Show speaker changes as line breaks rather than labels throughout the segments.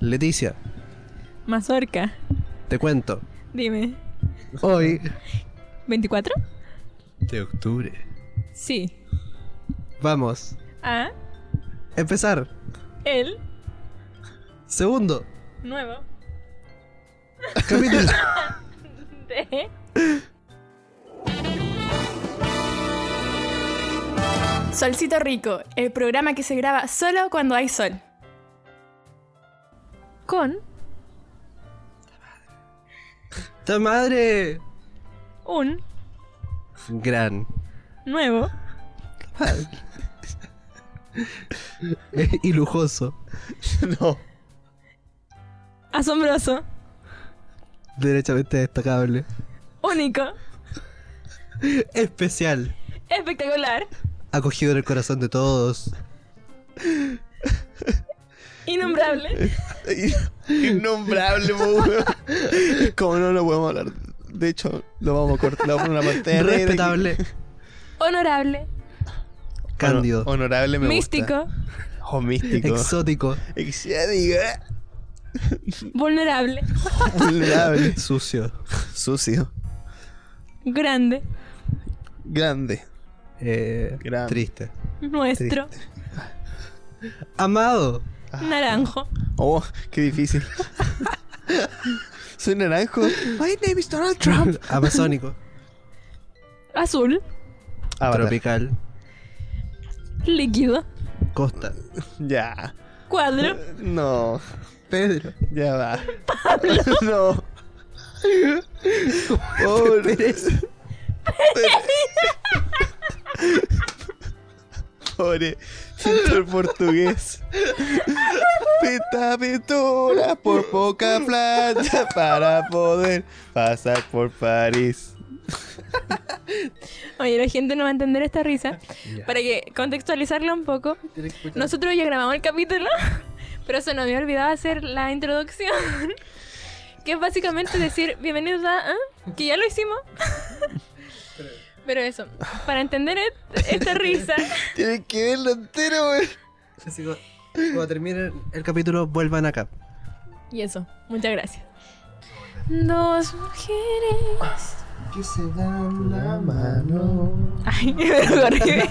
Leticia,
Mazorca.
te cuento.
Dime.
Hoy,
¿24?
de octubre,
Sí.
vamos
A.
a empezar.
El.
Segundo
Nuevo.
capítulo.
De.
Solcito Rico, el programa que se graba solo cuando hay sol.
Con.
¡Ta madre!
Un.
Gran.
Nuevo.
y lujoso. no.
Asombroso.
Derechamente destacable.
Único.
Especial.
Espectacular.
Acogido en el corazón de todos.
Innombrable.
Innombrable, po, weón. Como no lo podemos hablar. De hecho, lo vamos a cortar, lo vamos a poner en una pantalla. negra aquí.
Respetable.
Honorable.
Cándido.
Honor- honorable me gusta.
místico.
Oh, místico.
Exótico.
Exótico.
Vulnerable.
Vulnerable.
Sucio.
Sucio.
Grande.
Grande.
Eh,
Gran.
Triste.
Nuestro.
Amado.
Naranjo.
Oh, qué difícil. Soy naranjo. My name is Donald Trump.
Amazónico.
Azul.
Ahora.
Tropical.
Líquido.
Costa.
Ya.
Cuadro.
No.
Pedro.
Ya va. no. Pobre. Pobre. Pintor portugués. Pinta pintura por poca plata para poder pasar por París.
Oye, la gente no va a entender esta risa. Para que contextualizarla un poco, nosotros ya grabamos el capítulo, pero se nos había olvidado hacer la introducción. Que es básicamente decir, bienvenidos a... ¿ah? Que ya lo hicimos. Pero eso, para entender et- esta risa,
Tienen que verlo entero, güey.
Así que, cuando termine el capítulo, vuelvan acá.
y eso, muchas gracias. Dos mujeres.
Que se dan la mano.
Ay, pero horrible.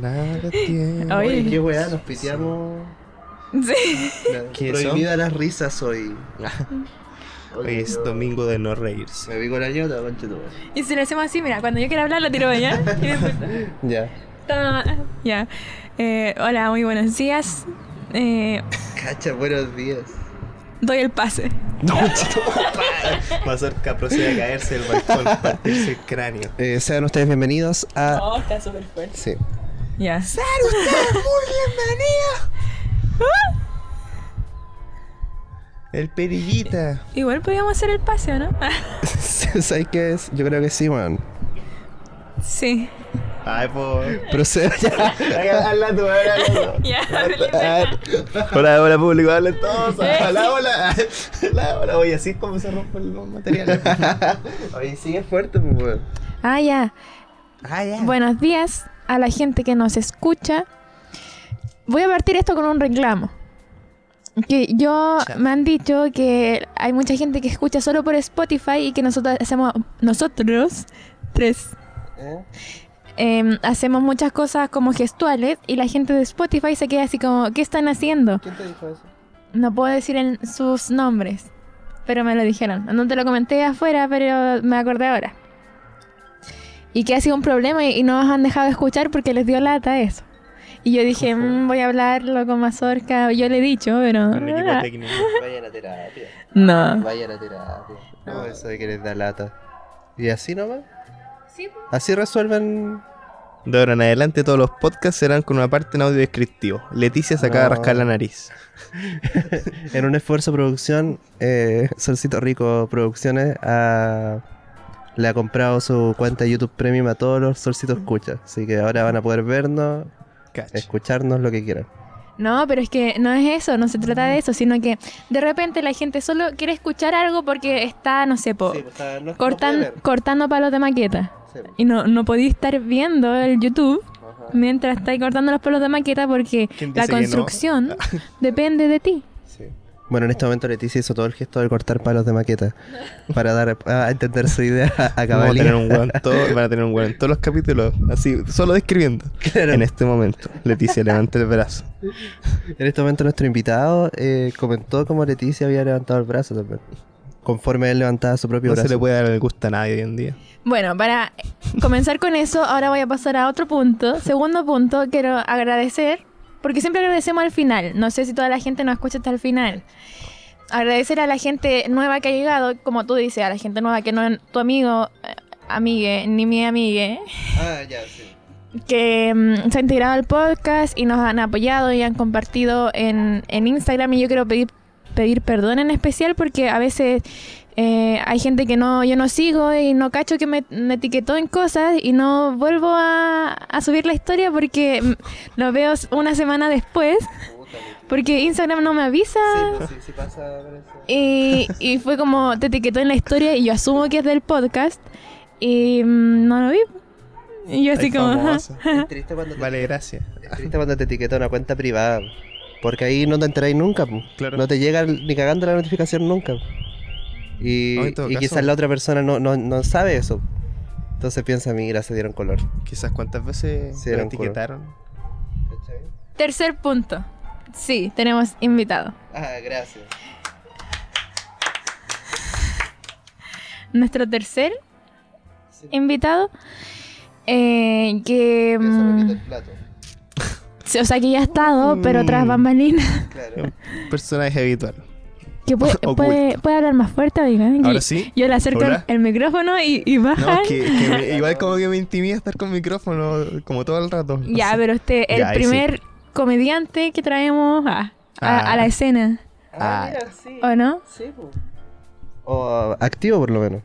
Nada tiene.
Oye,
qué weá, nos piteamos.
Sí.
¿Qué
Prohibida las risas hoy.
Hoy es domingo de no reírse.
Me vi con la ñota, conche
Y si lo hacemos así, mira, cuando yo quiera hablar, lo tiro para allá. y después-
Ya.
Ta- Ya. Eh, hola, muy buenos días. Eh,
Cacha, buenos días.
doy el pase.
Mazorca procede a caerse del balcón, partirse el cráneo.
Eh, sean ustedes bienvenidos a.
Oh, está súper fuerte.
Sí.
Ya. Uh.
El perillita.
Igual podíamos hacer el pase, ¿o no?
¿Sabes qué es? Yo creo que sí, man.
sí.
Ay, por.
Proceda ya.
Habla tú, habla tú.
Ya,
ah. Hola, hola, público, habla todos.
Eh,
Hola, hola. Hola, hola. Oye, así es como se rompen los materiales.
Oye, sigue fuerte, pues, weón.
Ah, ya.
Ah, ya.
Buenos días a la gente que nos escucha. Voy a partir esto con un reclamo. Que yo
Ya.
me han dicho que hay mucha gente que escucha solo por Spotify y que nosotros hacemos nosotros tres
¿Eh?
em, hacemos muchas cosas como gestuales y la gente de Spotify se queda así como, ¿qué están haciendo?
¿Quién te dijo eso?
No puedo decir en sus nombres, pero me lo dijeron. No te lo comenté afuera, pero me acordé ahora. Y que ha sido un problema y, y no nos han dejado escuchar porque les dio lata eso. Y yo dije,
Ujú.
"Mm, voy a hablarlo con Mazorca. Yo le he dicho, pero...
Un equipo técnico.
Vayan a terapia.
No.
Vayan a terapia.
Ah.
No, eso de que les da lata. ¿Y así nomás? Así resuelven.
De ahora en adelante, todos los podcasts serán con una parte en audio descriptivo. Leticia se acaba de
No.
rascar la nariz.
En un esfuerzo de producción, eh, Solcito Rico Producciones ha- le ha comprado su cuenta de YouTube Premium a todos los Solcitos Escucha. Así que ahora van a poder vernos,
Cacho.
escucharnos lo que quieran.
No, pero es que no es eso, no se trata de eso, sino que de repente la gente solo quiere escuchar algo porque está, no sé, po, cortan- cortando palos de maqueta. Y no, no podí estar viendo el YouTube mientras estáis cortando los pelos de maqueta porque
¿Quién
la
dice que no?
construcción depende de ti.
Bueno, en este momento Leticia hizo todo el gesto de cortar palos de maqueta para dar a a entender su idea a
Vamos a
cabalidad.
tener un weón todo- van a tener un weón en todos los capítulos, así, solo describiendo.
Claro.
En este momento, Leticia levanta el brazo.
En este momento nuestro invitado eh, comentó cómo Leticia había levantado el brazo también. Conforme él levantaba su propio
No se
brazo.
le puede dar el gusto a nadie hoy en día.
Bueno, para comenzar con eso, ahora voy a pasar a otro punto. Segundo punto, quiero agradecer, porque siempre agradecemos al final. No sé si toda la gente nos escucha hasta el final. Agradecer a la gente nueva que ha llegado, como tú dices, a la gente nueva que no es tu amigo, eh, amigue, ni mi amigue,
Ah, ya, sí.
que mm, se ha integrado al podcast y nos han apoyado y han compartido en, en Instagram. Y yo quiero pedir, pedir perdón en especial porque a veces eh, hay gente que no yo no sigo y no cacho que me, me etiquetó en cosas y no vuelvo a, a subir la historia porque mm, lo veo s- una semana después. Porque Instagram no me avisa.
pues, sí, sí pasa.
Y, y fue como te etiquetó en la historia y yo asumo que es del podcast y mm, no lo vi. Y yo así
Ay,
como... ajá.
famoso.
Es triste cuando te,
Vale, gracias.
es triste cuando te etiqueta una cuenta privada. Porque ahí no te enteráis nunca. po.
Claro.
No te llega ni cagando la notificación nunca. Y,
No, en todo
y
caso-
quizás la otra persona no, no, no sabe eso. Entonces piensa, mira, se dieron color.
Quizás cuántas veces
Sí,
lo
era un culo.
etiquetaron.
Tercer punto. Sí, tenemos invitado.
Ah, gracias.
Nuestro tercer invitado. eh, que. mm,
plato.
sí, o sea, que ya ha estado, pero tras
Mm.
bambalinas.
Em.
Claro.
Personaje habitual.
Que puede,
Oculto.
puede, puede hablar más fuerte, amiga. Y-
Ahora sí.
Yo le acerco
Hola.
el micrófono y, y
No,
baja.
es que, que me- igual como que me intimida estar con micrófono como todo el rato. no
Ya,
sé.
pero usted, el
Ya, ahí sí.
primer comediante que traemos a, a- a la
Ah.
escena,
Ah,
¿o no?
O activo por lo menos.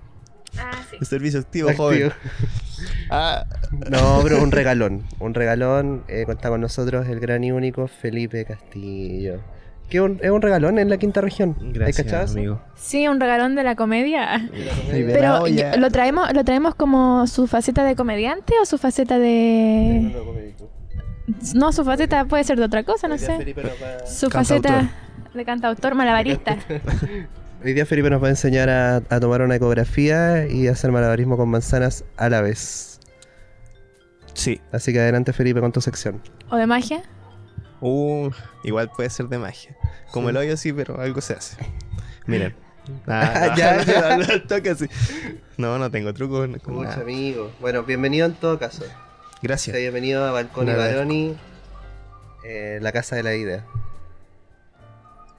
servicio activo,
Activo.
joven. Ah,
No, pero un regalón. Un regalón. eh, cuenta con nosotros el gran y único Felipe Castillo. Que un- es un regalón en la quinta región. ¿Hay cachado
gracias,
eso?
amigo.
Sí, un regalón de la comedia.
Liberado
Pero
ya.
yo- lo traemos, lo traemos como su faceta de comediante o su faceta
Eh,
de no su faceta puede ser de otra cosa, no sé. Su
Cantautor.
faceta de cantautor malabarista.
Hoy día Felipe nos va a enseñar a, a tomar una ecografía y a hacer malabarismo con manzanas a la vez.
Sí.
Así que adelante Felipe con tu sección.
o de magia.
Uh, igual puede ser de magia. Como
Sí.
el hoyo sí, pero algo se hace. Miren. Ah, no.
Ya, ya.
No, al toque así. No, no tengo truco. no- como nada.
amigo. Bueno, bienvenido en todo caso.
Gracias.
bienvenido a Balcón
y Me agradezco.
Baroni, eh, la casa de la idea.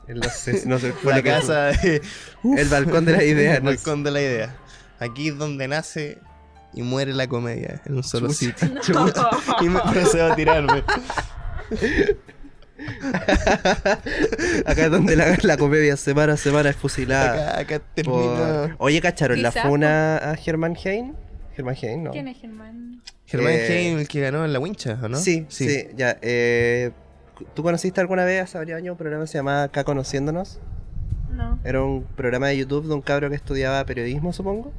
No sé, no sé, fue
La
lo que-
casa de...
El balcón de la idea.
El
no
balcón de la idea. Aquí es donde nace y muere la comedia, en un solo sitio. Y me procedo a tirarme.
sé. Acá es donde la, la comedia semana a semana es fusilada.
Acá, acá
Ah, por-
termina.
Oye, ¿cacharon la
Quizás,
funa a Germán Hein? Germán Hein, no.
¿Quién es Germán?
Germán
Eh,
Heim, el que ganó en la wincha, ¿o no?
Sí, sí, ya. eh, ¿Tú conociste alguna vez hace varios años un programa que se llamaba Acá Conociéndonos?
No.
Era un programa de YouTube de un cabro que estudiaba periodismo, supongo.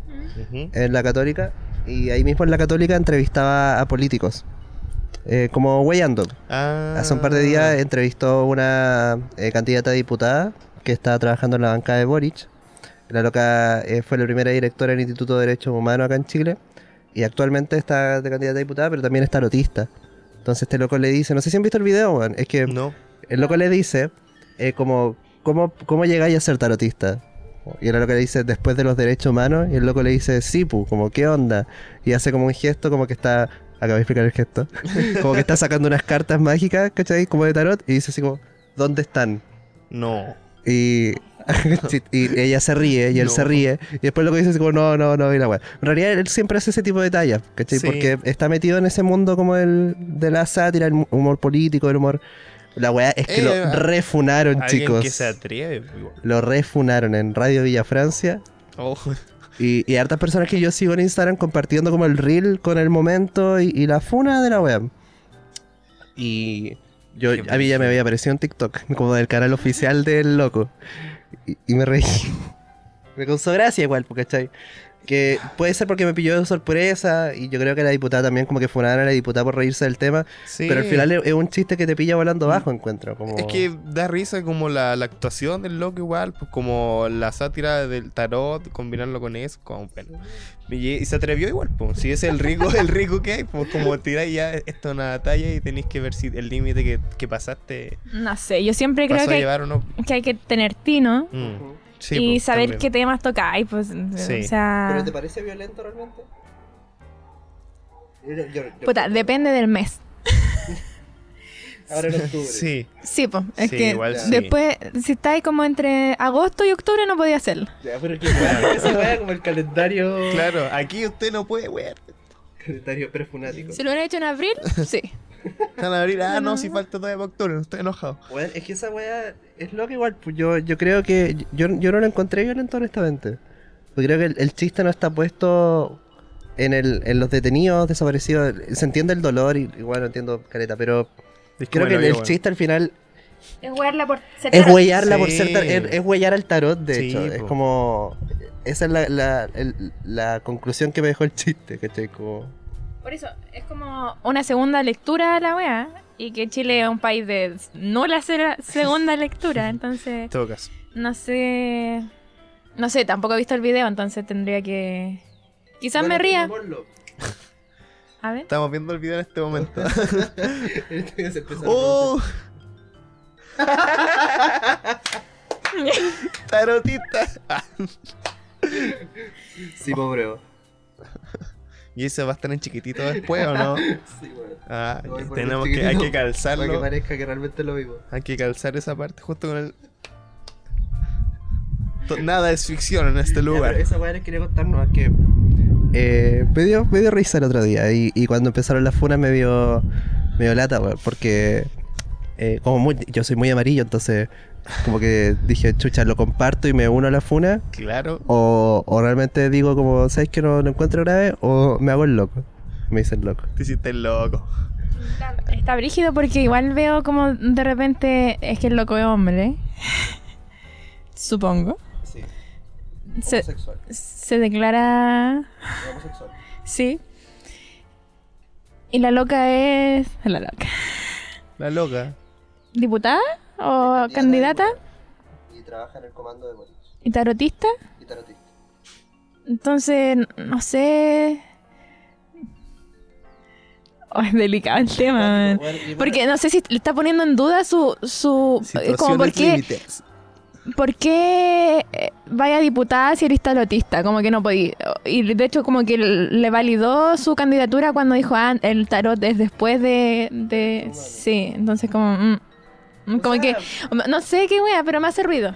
Ujú.
en la Católica y ahí mismo en la Católica entrevistaba a políticos. Eh, como Weyando.
Ah.
Hace un par de días entrevistó una eh, candidata a diputada que estaba trabajando en la banca de Boric. La loca eh, fue la primera directora del Instituto de Derechos Humanos acá en Chile y actualmente está de candidata a diputada, pero también es tarotista. Entonces este loco le dice, no sé si han visto el video, weón, es que
No.
el loco le dice, eh, como, ¿cómo, ¿cómo llegáis a ser tarotista? Y el loco le dice, después de los derechos humanos, y el loco le dice, sí, pu, como, ¿qué onda? Y hace como un gesto, como que está, acabo de explicar el gesto, como que está sacando unas cartas mágicas, ¿cachai? Como de tarot, y dice así como, ¿dónde están?
No.
Y, sí, y ella se ríe, y él
No.
se ríe, y después lo que dice es como, no, no, no, y la weá. En realidad él siempre hace ese tipo de tallas, ¿cachai?
Sí.
Porque está metido en ese mundo como el de la sátira, el humor político, el humor... La weá es que
Eh,
lo refunaron,
Alguien
chicos.
que se atreve. igual.
Lo refunaron en Radio Villa Francia.
Oh,
Y, y hartas personas que yo sigo en Instagram compartiendo como el reel con el momento y, y la funa de la web. Y yo,
Qué
a mí ya me había aparecido en TikTok, como del canal oficial del loco. Y, y me reí. Me causó gracia igual, porque ¿cachai? Que puede ser porque me pilló de sorpresa y yo creo que la diputada también como que funaron a la diputada por reírse del tema.
Sí. Mm.
Pero al final es, es un chiste que te pilla volando bajo, encuentro. Como...
Es que da risa como la, la actuación del loco igual, pues como la sátira del tarot, combinarlo con eso, como, bueno. y, y se atrevió igual, pues. Si es el rico, el rico que hay, pues como tiráis ya esto es una talla y tenéis que ver si el límite que, que pasaste
No sé, yo siempre creo
pasó
que
a
hay,
llevar o no.
que hay que tener tino
Mm. Sí,
y
pues,
saber
también.
qué temas tocáis. Pues,
Sí.
O sea,
parece violento realmente?
puta, depende del mes.
Ahora en octubre.
Sí,
Sí, pues, es
Sí,
que
igual sí.
después, si estáis como entre agosto y octubre, no podía hacerlo.
Ya, pero que weá, esa weá como el calendario.
claro, aquí usted no puede, weón.
Calendario prefunático.
Si lo hubieran hecho en abril,
Sí.
Van a abrir, ah, no, si falta todavía para octubre, estoy enojado.
Weón, es que esa weá es loca igual. pues Yo, yo creo que. Yo, yo no lo encontré violento, honestamente. Porque creo que el, el chiste no está puesto en, el, en los detenidos, desaparecidos. Se entiende el dolor, y, igual no entiendo careta, pero creo que el, el chiste al final
Es huearla por
es huellarla por
Sí.
ser. tar- es, es huellar al tarot, de
Sí,
hecho. Es
po.
como. Esa es la, la, el- la conclusión que me dejó el chiste, ¿cachai? Como.
Por eso, es como una segunda lectura a la wea. Y que Chile es un país de no la cera- segunda lectura. Entonces,
Tocas.
no sé. No sé, tampoco he visto el video, entonces tendría que. Quizás me ría. A ver.
Estamos viendo el video en este momento.
¡Oh!
¡Oh! Tarotita.
Sí, pobre. weón.
¿Y ese va a estar en chiquitito después o no?
Sí, weón.
Ah,
Lo voy a poner
tenemos
en
que, hay
chiquitito,
que
Para que
calzarlo.
parezca que realmente lo vivo.
Hay que calzar esa parte justo con el. To- Nada es ficción en este
Ya, pero
lugar.
esa weá les quería contarnos que. Eh, me, dio, me dio risa el otro día y, y cuando empezaron las funas me dio, me dio lata, weón, porque eh, como muy- yo soy muy amarillo, entonces como que dije, chucha, lo comparto y me uno a la funa,
Claro.
o, o realmente digo como, ¿sabes que no lo encuentro grave? O me hago el loco. Me dicen loco.
Te hiciste el loco.
Está brígido porque igual veo como de repente es que el loco es hombre. Supongo.
Sí,
Se, se declara. Sí. Y la loca es. La loca.
La loca.
¿Diputada? ¿O candidata?
Y trabaja en el comando de Boris.
¿Y tarotista?
Y tarotista.
Entonces, n- no sé. Oh, es delicado el tema, man. Ah, Porque no sé si le está poniendo en duda su. su eh, como por
Situaciones
qué,
límites.
por qué eh, vaya diputada si eres tarotista. Como que no podía. Y de hecho, como que l- le validó su candidatura cuando dijo, ah, el tarot es después de. de... Sí, entonces, como. mm, mm, como que. No sé qué wea, pero me hace ruido.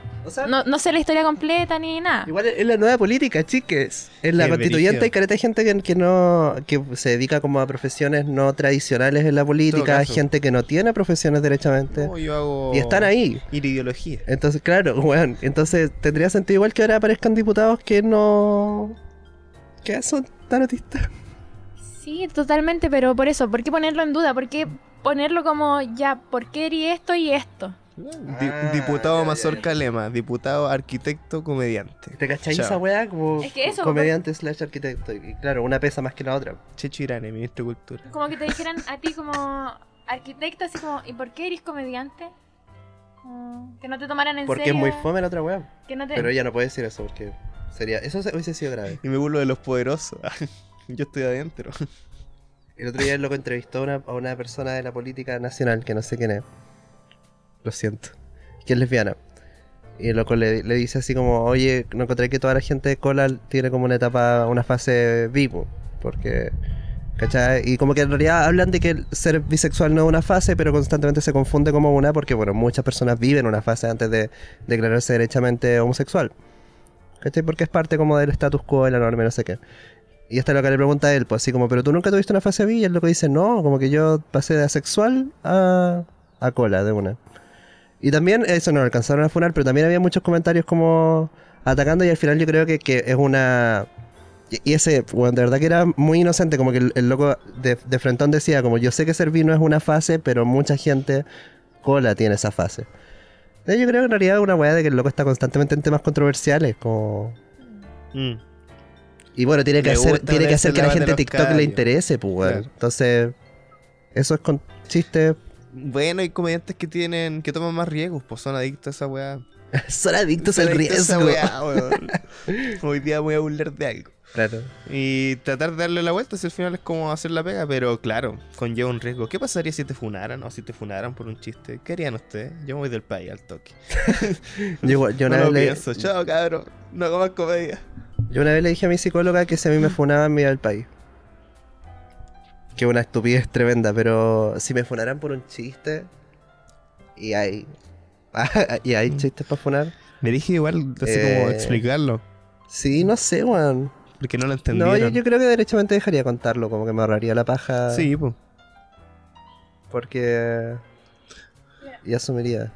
No, no sé la historia completa ni nada.
Igual es la nueva política, chiques. Es la
Qué
constituyente
brillo.
hay careta de gente que, que no que se dedica como a profesiones no tradicionales en la política,
caso.
gente que no tiene profesiones derechamente
No, Oh, yo hago.
y están ahí.
Ir ideología.
Entonces, claro, weón, entonces tendría sentido igual que ahora aparezcan diputados que no que son tarotistas.
Sí, totalmente, pero por eso, ¿por qué ponerlo en duda? ¿Por qué ponerlo como ya, por qué eres esto y esto?
Di-
Ah,
diputado
ya, ya,
Mazorca Lema, diputado arquitecto comediante.
¿Te cacháis
Chao.
esa weá? Como
Es que eso,
comediante slash arquitecto. Y claro, una pesa más que la otra.
Checho Irane, ministro de Cultura.
Como que te dijeran a ti como arquitecto, así como, ¿y por qué eres comediante? Como Que no te tomaran en
Porque es
serio.
muy fome la otra weá.
que no te-
Pero ella no puede decir eso porque sería. Eso se- hubiese sido grave.
Y me burlo de los poderosos. Yo estoy adentro.
El otro día el loco entrevistó a una, a una persona de la política nacional, que no sé quién es. Lo siento. Que es lesbiana. Y el loco le, le dice así como, oye, no encontré que toda la gente de cola tiene como una etapa, una fase vivo. Porque, ¿cachai? Y como que en realidad hablan de que el ser bisexual no es una fase, pero constantemente se confunde como una porque, bueno, muchas personas viven una fase antes de declararse derechamente homosexual. ¿Cachai? Porque es parte como del status quo, de la norma, y no sé qué. Y hasta lo que le pregunta a él, pues así como, pero tú nunca tuviste una fase B y él lo que dice, no, como que yo pasé de asexual a, a cola de una. Y también, eso no lo alcanzaron a funar, pero también había muchos comentarios como atacando y al final yo creo que, que es una... y- Y ese, bueno, de verdad que era muy inocente, como que el, el loco de, de Frentón decía, como yo sé que ser B no es una fase, pero mucha gente cola tiene esa fase. Eh, Yo creo que en realidad es una weá de que el loco está constantemente en temas controversiales, como...
Mm.
Y bueno, tiene que
Le
hacer,
gusta
tiene que,
verse
hacer que la gente
lavando
de
los
TikTok le
caños.
interese, pues, weón.
Claro.
Entonces, eso es con chistes.
Bueno, hay comediantes que tienen, que toman más riesgos, pues son adictos a esa weá.
Son adictos al
Son adictos a
riesgo.
esa weá, weón. Hoy día voy a burlar de algo.
Claro.
Y tratar de darle la vuelta, si al final es como hacer la pega, pero claro, conlleva un riesgo. ¿Qué pasaría si te funaran o si te funaran por un chiste? ¿Qué harían ustedes? Yo me voy del país al toque.
Yo, igual- yo
no
una
lo
vez le-
pienso. Chao, cabrón. No hago más comedia.
Yo una vez le dije a mi psicóloga que si a mí me funaban me iba al país. Que una estupidez tremenda, pero si me funaran por un chiste. Y hay. y
Mm.
hay chistes para funar.
Me dije igual, así
Eh.
como explicarlo,
Sí, no sé, weón.
porque no lo
No,
entendieron.
yo, yo creo que derechamente dejaría contarlo, como que me ahorraría la paja.
Sí, pues.
Porque. Y asumiría.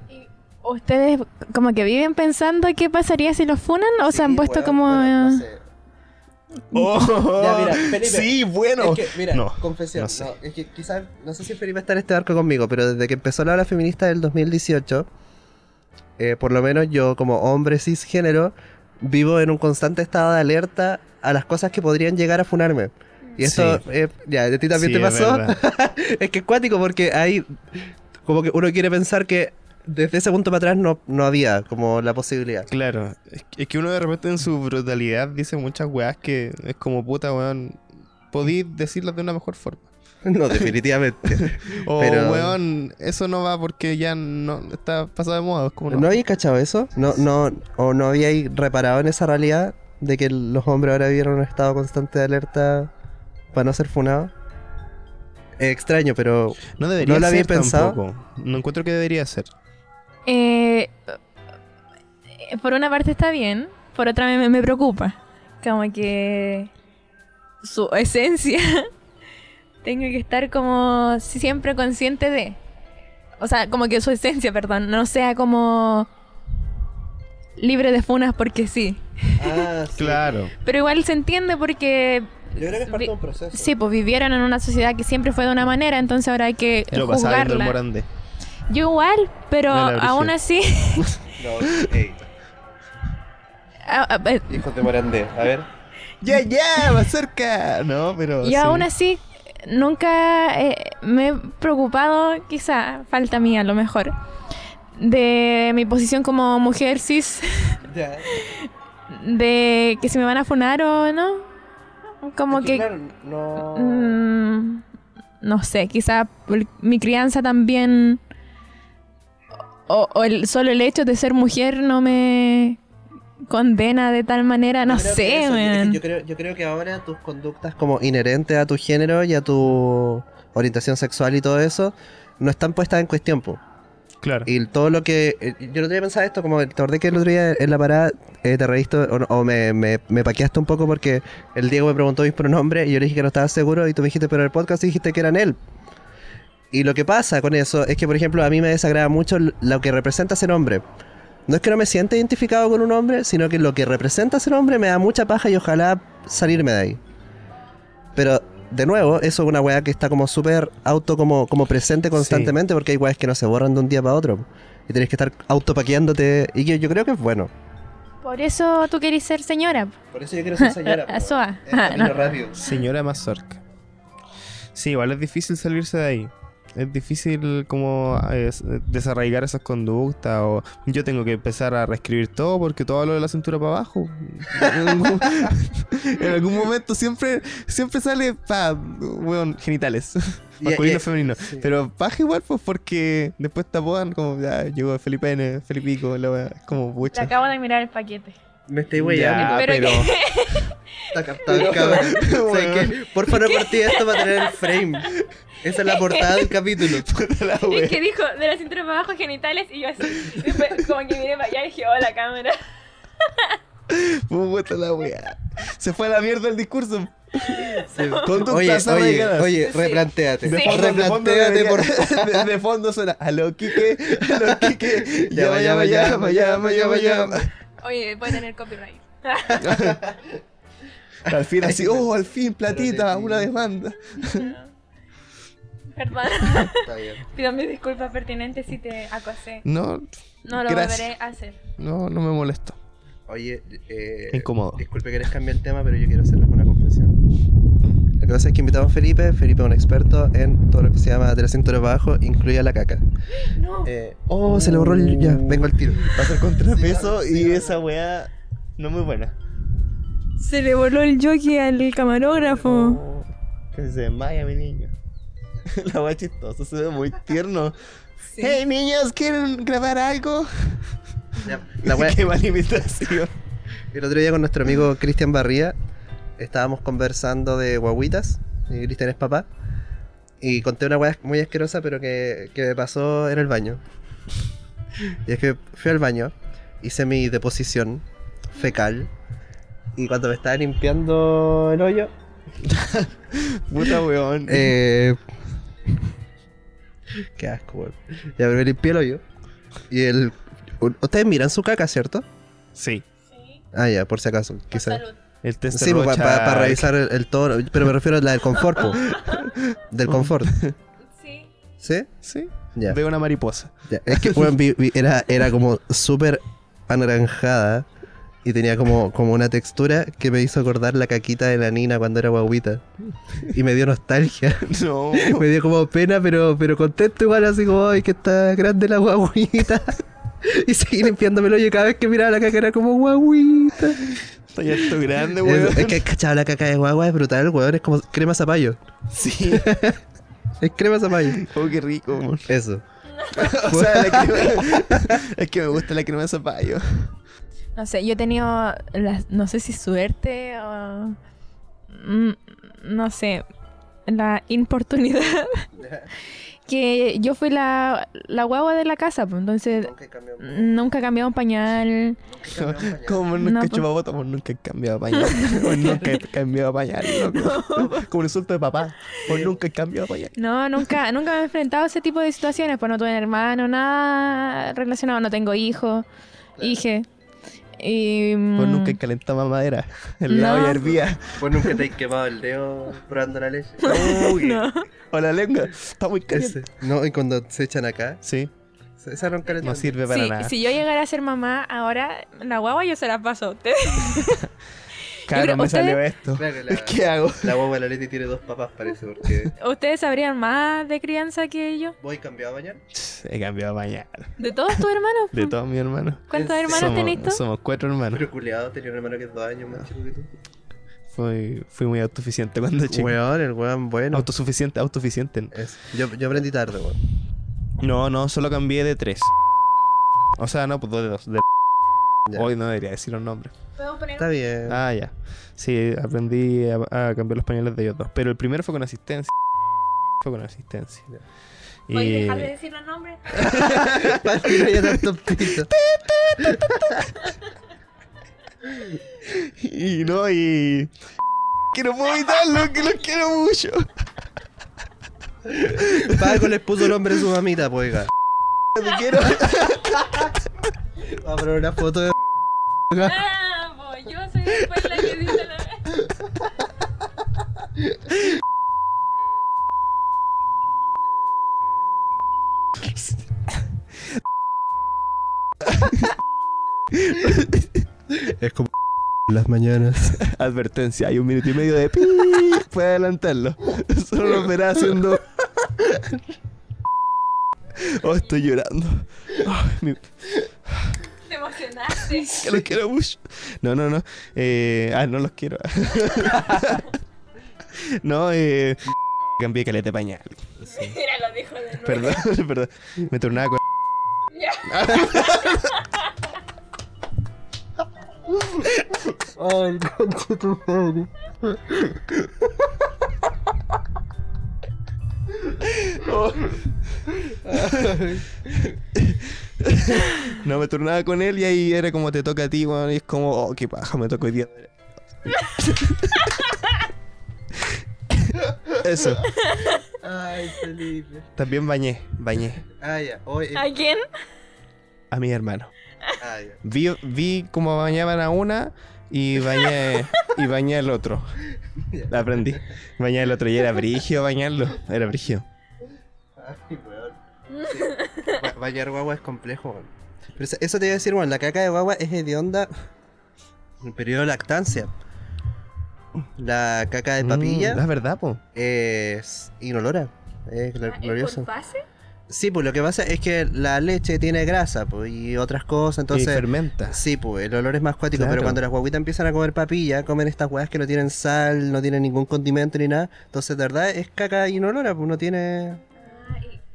¿Ustedes como que viven pensando qué pasaría si los funan? ¿O se han puesto como...? eh,
Oh,
Ya, mira, Felipe,
sí, bueno.
Es que, mira,
No,
confesión.
no sé.
no, es que quizás, no sé si Felipe está en este barco conmigo, pero desde que empezó la ola feminista del 2018, eh, por lo menos yo, como hombre cisgénero, vivo en un constante estado de alerta a las cosas que podrían llegar a funarme. Y eso,
Sí.
eh, ya, a ti también
Sí,
te
es
pasó.
verdad.
Es que es cuático porque ahí como que uno quiere pensar que desde ese punto para atrás no, no había como la posibilidad.
Claro, es que- es que uno de repente en su brutalidad dice muchas weas que es como puta weón. Podí decirlas de una mejor forma.
No, definitivamente.
O
Pero-
weón, eso no va porque ya no está pasado de moda. Es como no.
¿No habéis cachado eso? No, no, ¿O no habíais reparado en esa realidad de que los hombres ahora vieron un estado constante de alerta para no ser funados? Es extraño, pero
No debería
¿No lo había
ser
pensado?
tampoco. No encuentro que debería ser.
eh, eh, por una parte está bien, por otra me, me preocupa. Como que su esencia tengo que estar como siempre consciente de... O sea, como que su esencia, perdón, no sea como libre de funas porque sí.
Ah,
Claro.
Pero igual se entiende porque
Yo creo que
es parte de un
proceso.
Sí, pues vivieron en una sociedad que siempre fue de una manera, entonces ahora hay que
Lo pasaba viendo el
juzgarla.
Morandé.
Yo igual, pero
No, la Brigitte.
aún así... a- a-
Hijos de Morandé, a ver.
¡Ya, ya! ¡Más cerca! No, pero.
Oh,
yo
sí.
aún así nunca eh, me he preocupado, quizá falta mía a lo mejor, de mi posición como mujer cis, de que si me van a funar o no. Como que... Mm, no sé, quizá por mi crianza también. O, o el, solo el hecho de ser mujer no me condena de tal manera, no
Yo creo que
sé,
eso, yo- es que
man.
Yo creo, yo creo que ahora tus conductas como inherentes a tu género y a tu orientación sexual y todo eso no están puestas en cuestión. po.
Claro.
Y todo lo que... eh, Yo no tenía pensado esto, como te acordé que el otro día en la parada eh, te reíste o, no- o me, me, me paqueaste un poco porque el Diego me preguntó mis pronombres y yo le dije que no estaba seguro y tú me dijiste, pero en el podcast dijiste que eran él. Y lo que pasa con eso es que, por ejemplo, a mí me desagrada mucho l- lo que representa ser hombre. No es que no me sienta identificado con un hombre, sino que lo que representa ser hombre me da mucha paja y ojalá salirme de ahí. Pero, de nuevo, eso es una weá que está como súper auto, como, como presente constantemente, porque hay weas que no se borran de un día para otro. Y tenés que estar autopaqueándote. Y yo, yo creo que es bueno.
Por eso tú querés ser señora.
Por eso yo quiero ser
señora, po. Azoa. Es Ah, camino no.
rápido.
Señora Mazorca. Sí, igual es difícil salirse de ahí. Es difícil como eh, s- desarraigar esas conductas o yo tengo que empezar a reescribir todo porque todo lo de la cintura para abajo. en, algún, en algún momento siempre siempre sale pa, weón, genitales.
Y-
Masculino,
y-
femenino.
sí.
Pero paja igual pues porque después te apodan como ya llegó Felipe N, Felipico, la wea, es como
Te
pucha.
acabo de mirar el paquete.
Me estoy
Ya,
weyando.
Pero
pero...
Está captado el cabrón.
Pero-
¿Sabes qué? Porfa, no corté esto para tener el frame. Esa es la portada del capítulo.
Puta la wea.
Es que dijo de la cintura para abajo genitales y yo así, después, como que miré para allá y dije, oh, la cámara.
Puta la weá. Se fue a la mierda el discurso.
Sí.
Conductas
Oye, oye,
arraigadas.
oye,
Sí.
replantéate.
De
Sí.
fondo, de fondo
Replantéate,
debería-
por
de, de fondo suena a lo Quique, a lo Quique.
Ya,
Llama,
ya,
llama,
ya,
llama,
ya,
llama, llama,
ya.
llama.
Oye, puede tener copyright.
Al fin, así, oh, al fin, platita,
Pero te-
una demanda.
Perdón.
Está bien.
Pido mis disculpas pertinentes si te acosé.
No,
No lo
Gracias.
volveré a hacer.
no, no me molesto.
Oye, eh,
Incómodo.
disculpe que les cambie el tema, pero yo quiero hacerles una confesión. Lo que pasa es que invitamos a Felipe. Felipe es un experto en todo lo que se llama de la cintura para abajo, incluida la caca.
No.
Eh, oh, se le borró el. Ya, vengo al tiro.
Pasa el contrapeso
Sí, sí,
y
sí.
esa weá no es muy buena.
Se le voló el jockey al camarógrafo.
Oh, que se desmaya mi niño. La weá chistosa, se ve muy tierno. Hey niños, ¿quieren grabar algo?
Ya, La wea-
Qué mala imitación.
El otro día con nuestro amigo Cristian Barría estábamos conversando de guaguitas. Y Cristian es papá. Y conté una weá muy asquerosa, pero que, que me pasó en el baño. Y es que fui al baño, hice mi deposición fecal. Y cuando me estaba limpiando el hoyo,
Puta weón.
eh, qué asco, weón. Ya me limpié el hoyo. Y el. Ustedes miran su caca, ¿cierto?
Sí.
Ah, ya, por si acaso, quizás.
El test
Sí, para
Rocha-
revisar el, el toro. Pero me refiero a la del confort, po. Del confort.
Sí.
¿Sí?
Sí.
Ya.
De una mariposa.
ya. Es que weón, vi- vi- era, era como súper anaranjada y tenía como, como una textura que me hizo acordar la caquita de la Nina cuando era guaguita. Y me dio nostalgia.
No.
Me dio como pena, pero, pero contento igual, así como, ay, que está grande la guaguita. Y seguí limpiándome el hoyo y cada vez que miraba la caca era como guaguita.
Estoy harto grande, weón.
Es, es que, cachado, la caca de guagua es brutal, weón. Es como crema zapallo.
Sí.
Es crema zapallo.
Oh, qué rico. weón.
Eso.
O sea, la crema- es que me gusta la crema de zapallo.
No sé, yo he tenido, la- no sé si suerte o... mm, No sé, la importunidad. que yo fui la, la guagua de la casa, pues, entonces nunca cambiaba un pañal.
Como
No,
nunca he
pues-
chupado bota, pues nunca he cambiado pañal. Pues nunca he cambiado pañal, loco. Como un insulto de papá. Pues nunca he cambiado pañal.
No, nunca, nunca me he enfrentado a ese tipo de situaciones, pues no tuve hermano, nada relacionado, no tengo hijo, hije. Y,
Pues
mm,
nunca he calentado madera. El
No.
lado ya hervía.
Pues nunca te has quemado el dedo probando la leche.
Uy. O la lengua. Está muy caliente.
No, y cuando se echan acá,
Sí,
se- esa era un calentón.
no sirve para
Sí,
nada.
si yo llegara a ser mamá ahora, la guagua yo se la paso a ustedes.
Claro,
creo-
me
ustedes-
salió esto.
Claro que la,
¿Qué hago?
la guagua de la Leti tiene dos papás, parece, porque.
Ustedes sabrían más de crianza que yo.
¿Voy cambiado mañana?
He cambiado pañal.
De todos tus hermanos.
De todos mis hermanos.
¿Cuántos
¿En
hermanos
somos,
tenés tú?
somos cuatro hermanos.
Pero culiado tenía un hermano que es dos años más chico que tú.
Fui, fui muy autosuficiente cuando chico.
Weón, el weón bueno.
Autosuficiente, autosuficiente.
Eso. Yo, yo aprendí tarde, weón.
No, no, solo cambié de tres. O sea, no, pues dos de dos. de-
Ya.
Hoy no debería decir los nombres.
Está bien.
Ah, ya. Sí, aprendí a, a cambiar los pañales de ellos dos. Pero el primero fue con asistencia. Fue con asistencia.
Ya.
Y...
decir los nombres?
Para no haya tanto pito.
Y no, y. Que no puedo evitarlo, que los quiero mucho.
Paco les puso el nombre a su mamita, pues. oiga.
Te quiero.
Vamos a poner una foto de.
Ah, pues yo soy después la que dice la
Es como. Las mañanas.
Advertencia, hay un minuto y medio de pi. Puede adelantarlo. Solo lo verá haciendo. Oh, estoy llorando. Ay, mi-
Te emocionaste.
Que los quiero mucho. No, no, no. Eh, ah, no los quiero. no, eh. Cambié caleta de pañal.
Mira, lo dijo de nuevo.
Perdón, perdón. Me tornaba con.
Ay, concha tu madre.
No, me turnaba con él y ahí era como te toca a ti, weón. Y es como, oh, qué paja, me tocó hoy día. Eso.
Ay, Felipe.
También bañé, bañé
Ah, ya. Hoy.
¿A quién?
a mi hermano.
Ah, ya.
Vi, vi cómo bañaban a una y bañé, y bañé al otro. Aprendí. Bañé al otro y era brigio bañarlo. Era brigio.
Ay, weón. Sí. Ba- Bañar guagua es complejo, weón. Pero eso, eso te iba a decir, weón. La caca de guagua es hedionda El periodo de lactancia. La caca de papilla
Mm, es verdad, po.
es inolora. Es
Ah,
glor- glorioso.
Ah, pase?
Sí, pues lo que pasa es que la leche tiene grasa pues, y otras cosas,
Entonces,
entonces...
fermenta.
Sí, pues el olor es más cuático,
Claro.
pero cuando las guaguitas empiezan a comer papilla, comen estas huevas que no tienen sal, no tienen ningún condimento ni nada. Entonces, de verdad, es caca inolora, pues no tiene...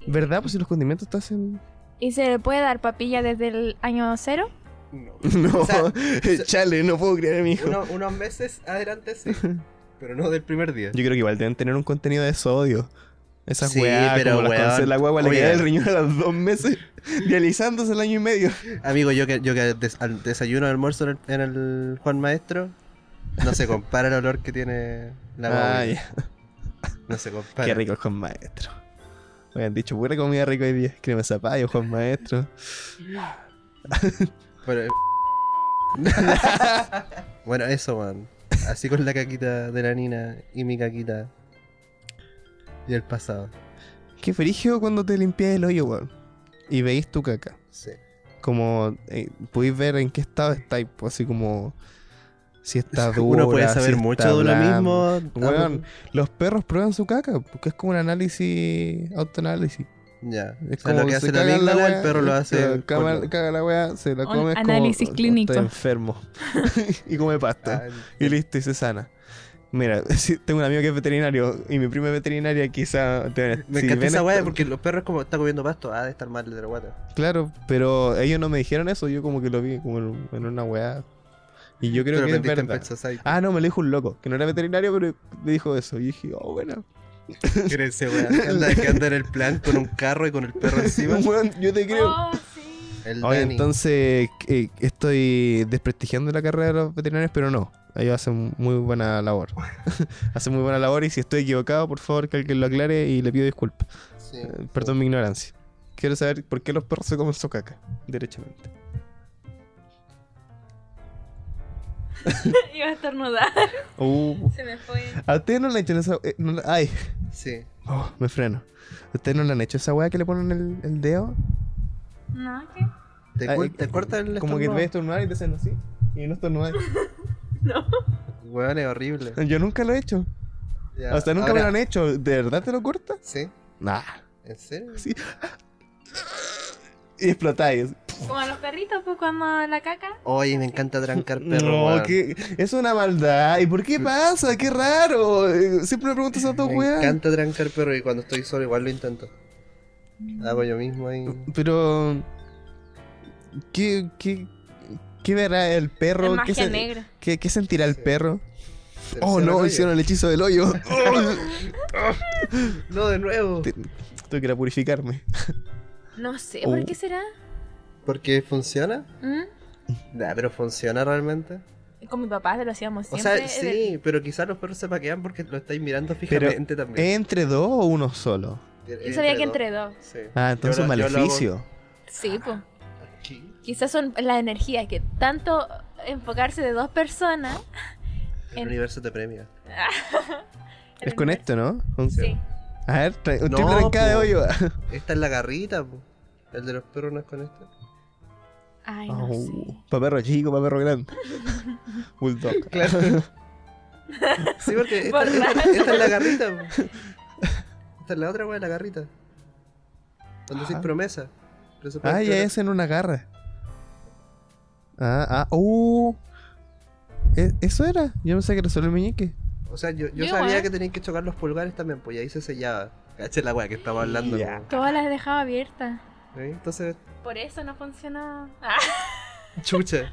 ¿Verdad? Pues si los condimentos te hacen.
¿Y se le puede dar papilla desde el año cero?
No,
O sea,
chale, no puedo creer a mi hijo.
Uno- unos meses adelante sí, pero no del primer día.
Yo creo que igual deben tener un contenido de sodio. Esas
Sí,
weas,
pero
como las
weón,
conce- la guagua le
oye.
queda el riñón a los dos meses, dializándose el año y medio.
Amigo, yo que, yo que des- al desayuno, al almuerzo en el, en el Juan Maestro, no se compara el olor que tiene la guagua.
Ah, ya.
No se compara.
Qué rico Juan Maestro. Me han dicho pura comida rica hoy día. Crema de zapallo, Juan Maestro.
Pero- eh, bueno, eso, man. Así con la caquita de la Nina y mi caquita. Y el pasado.
Qué frigio cuando te limpias el hoyo, weón. Y veis tu caca.
Sí.
Como eh, podéis ver en qué estado estáis, pues, así como si está duro.
Uno puede saber mucho de uno mismo.
Weón, los perros prueban su caca, porque es como un análisis, autoanálisis.
Ya.
Es
o sea, lo que
se
hace la
caga
amígdala,
wea,
el perro lo hace.
claro, Caga,
por-
caga la wea, se la
Un
come. es como,
análisis
"Oh,
clínico".
Está enfermo. y come pasta.
Ah,
Y listo, y se sana. Mira, si tengo un amigo que es veterinario y mi prima es veterinaria, quizá. te-
me
si
encanta
ven
esa
esto-
weá porque los perros como está comiendo pasto, ah, de estar mal de la guata.
Claro, pero ellos no me dijeron eso, yo como que lo vi como en, en una weá. Y yo creo
Te lo
que es
aprendiste en
verdad.
Pet Society.
Ah, no, me lo dijo un loco, que no era veterinario, pero me dijo eso. Y dije, oh, bueno.
Crece, weá. Anda, que anda en el plan con un carro y con el perro encima.
Weón, yo te creo.
Oh, sí.
El
Oye,
Dani.
entonces eh, estoy desprestigiando la carrera de los veterinarios, pero no. Ellos hacen muy buena labor. hacen muy buena labor y si estoy equivocado, por favor, que alguien lo aclare y le pido disculpas.
Sí.
Eh, perdón mi ignorancia. Quiero saber por qué los perros se comen su caca, derechamente.
Iba a estornudar.
Uh,
Se me fue.
¿A ustedes no le han hecho esa... eh, no le- ay,
Sí.
oh, me freno. ¿Ustedes no le han hecho esa weá que le ponen el, el dedo?
No, ¿qué?
Te,
Ay, eh,
cor- te corta el
Como que te ves
estornudo.
estornudar y te hacen así. Y no estornudar.
Weón, es horrible.
Yo nunca lo he hecho.
Ya,
O sea, nunca me
ahora-
lo han hecho. ¿De verdad te lo corta?
Sí,
Nah.
en serio.
Sí. Y explotáis.
Como a los perritos, pues cuando la caca.
Oye, me encanta trancar perros.
No,
weón.
que es una maldad. ¿Y por qué pasa? ¡Qué raro! Eh, Siempre me preguntas a dos
Me
weas.
encanta trancar perros y cuando estoy solo igual lo intento. Hago yo mismo ahí.
Pero. ¿Qué, qué, qué verá el perro?
Es
¿Qué,
magia
se-
negra.
qué- qué sentirá el
Sí.
perro?
Tercero
Oh no,
rollo. Oh.
hicieron el hechizo del hoyo.
No, de nuevo.
Te- Tengo que ir a purificarme.
No sé,
Oh.
¿por qué será?
¿Por qué funciona?
¿Mm?
Nah, pero funciona realmente.
Con mi papá se lo hacíamos
O
siempre.
sea, sí, pero quizás los perros se paquean porque lo estáis mirando fijamente también.
¿Entre dos o uno solo?
Yo sabía que entre dos.
dos. Sí.
Ah, entonces
Yo lo- yo lo hago
maleficio.
Sí, pues.
aquí.
Quizás son la energía que tanto enfocarse de dos personas.
El
En-
universo te premia.
Es con esto, ¿no? Un-
Sí.
A ver, tra- un
No,
triple trancada de
po.
hoyo.
Esta es la garrita, po. El de los perros no es con este.
Ay, no sé.
Oh, pa' perro chico, pa' perro grande. Bulldog.
Claro. Sí, porque este esta,
Borracho.
esta es la garrita. po. Esta es la otra, weón, la garrita. Donde decís
Ajá.
promesa. Pero se puede
Ah, ya
explorar.
es en una garra. Ah, ah, uh. E- ¿Eso era? Yo no sé qué era solo el meñique.
O sea, yo, yo
Yo
sabía
igual.
que tenían que chocar los pulgares también, pues y ahí se sellaba. Caché la weá que estaba hablando.
Ya.
po.
Todas las dejaba abiertas.
¿Sí? Entonces,
Por eso no Ah. funcionaba.
chucha.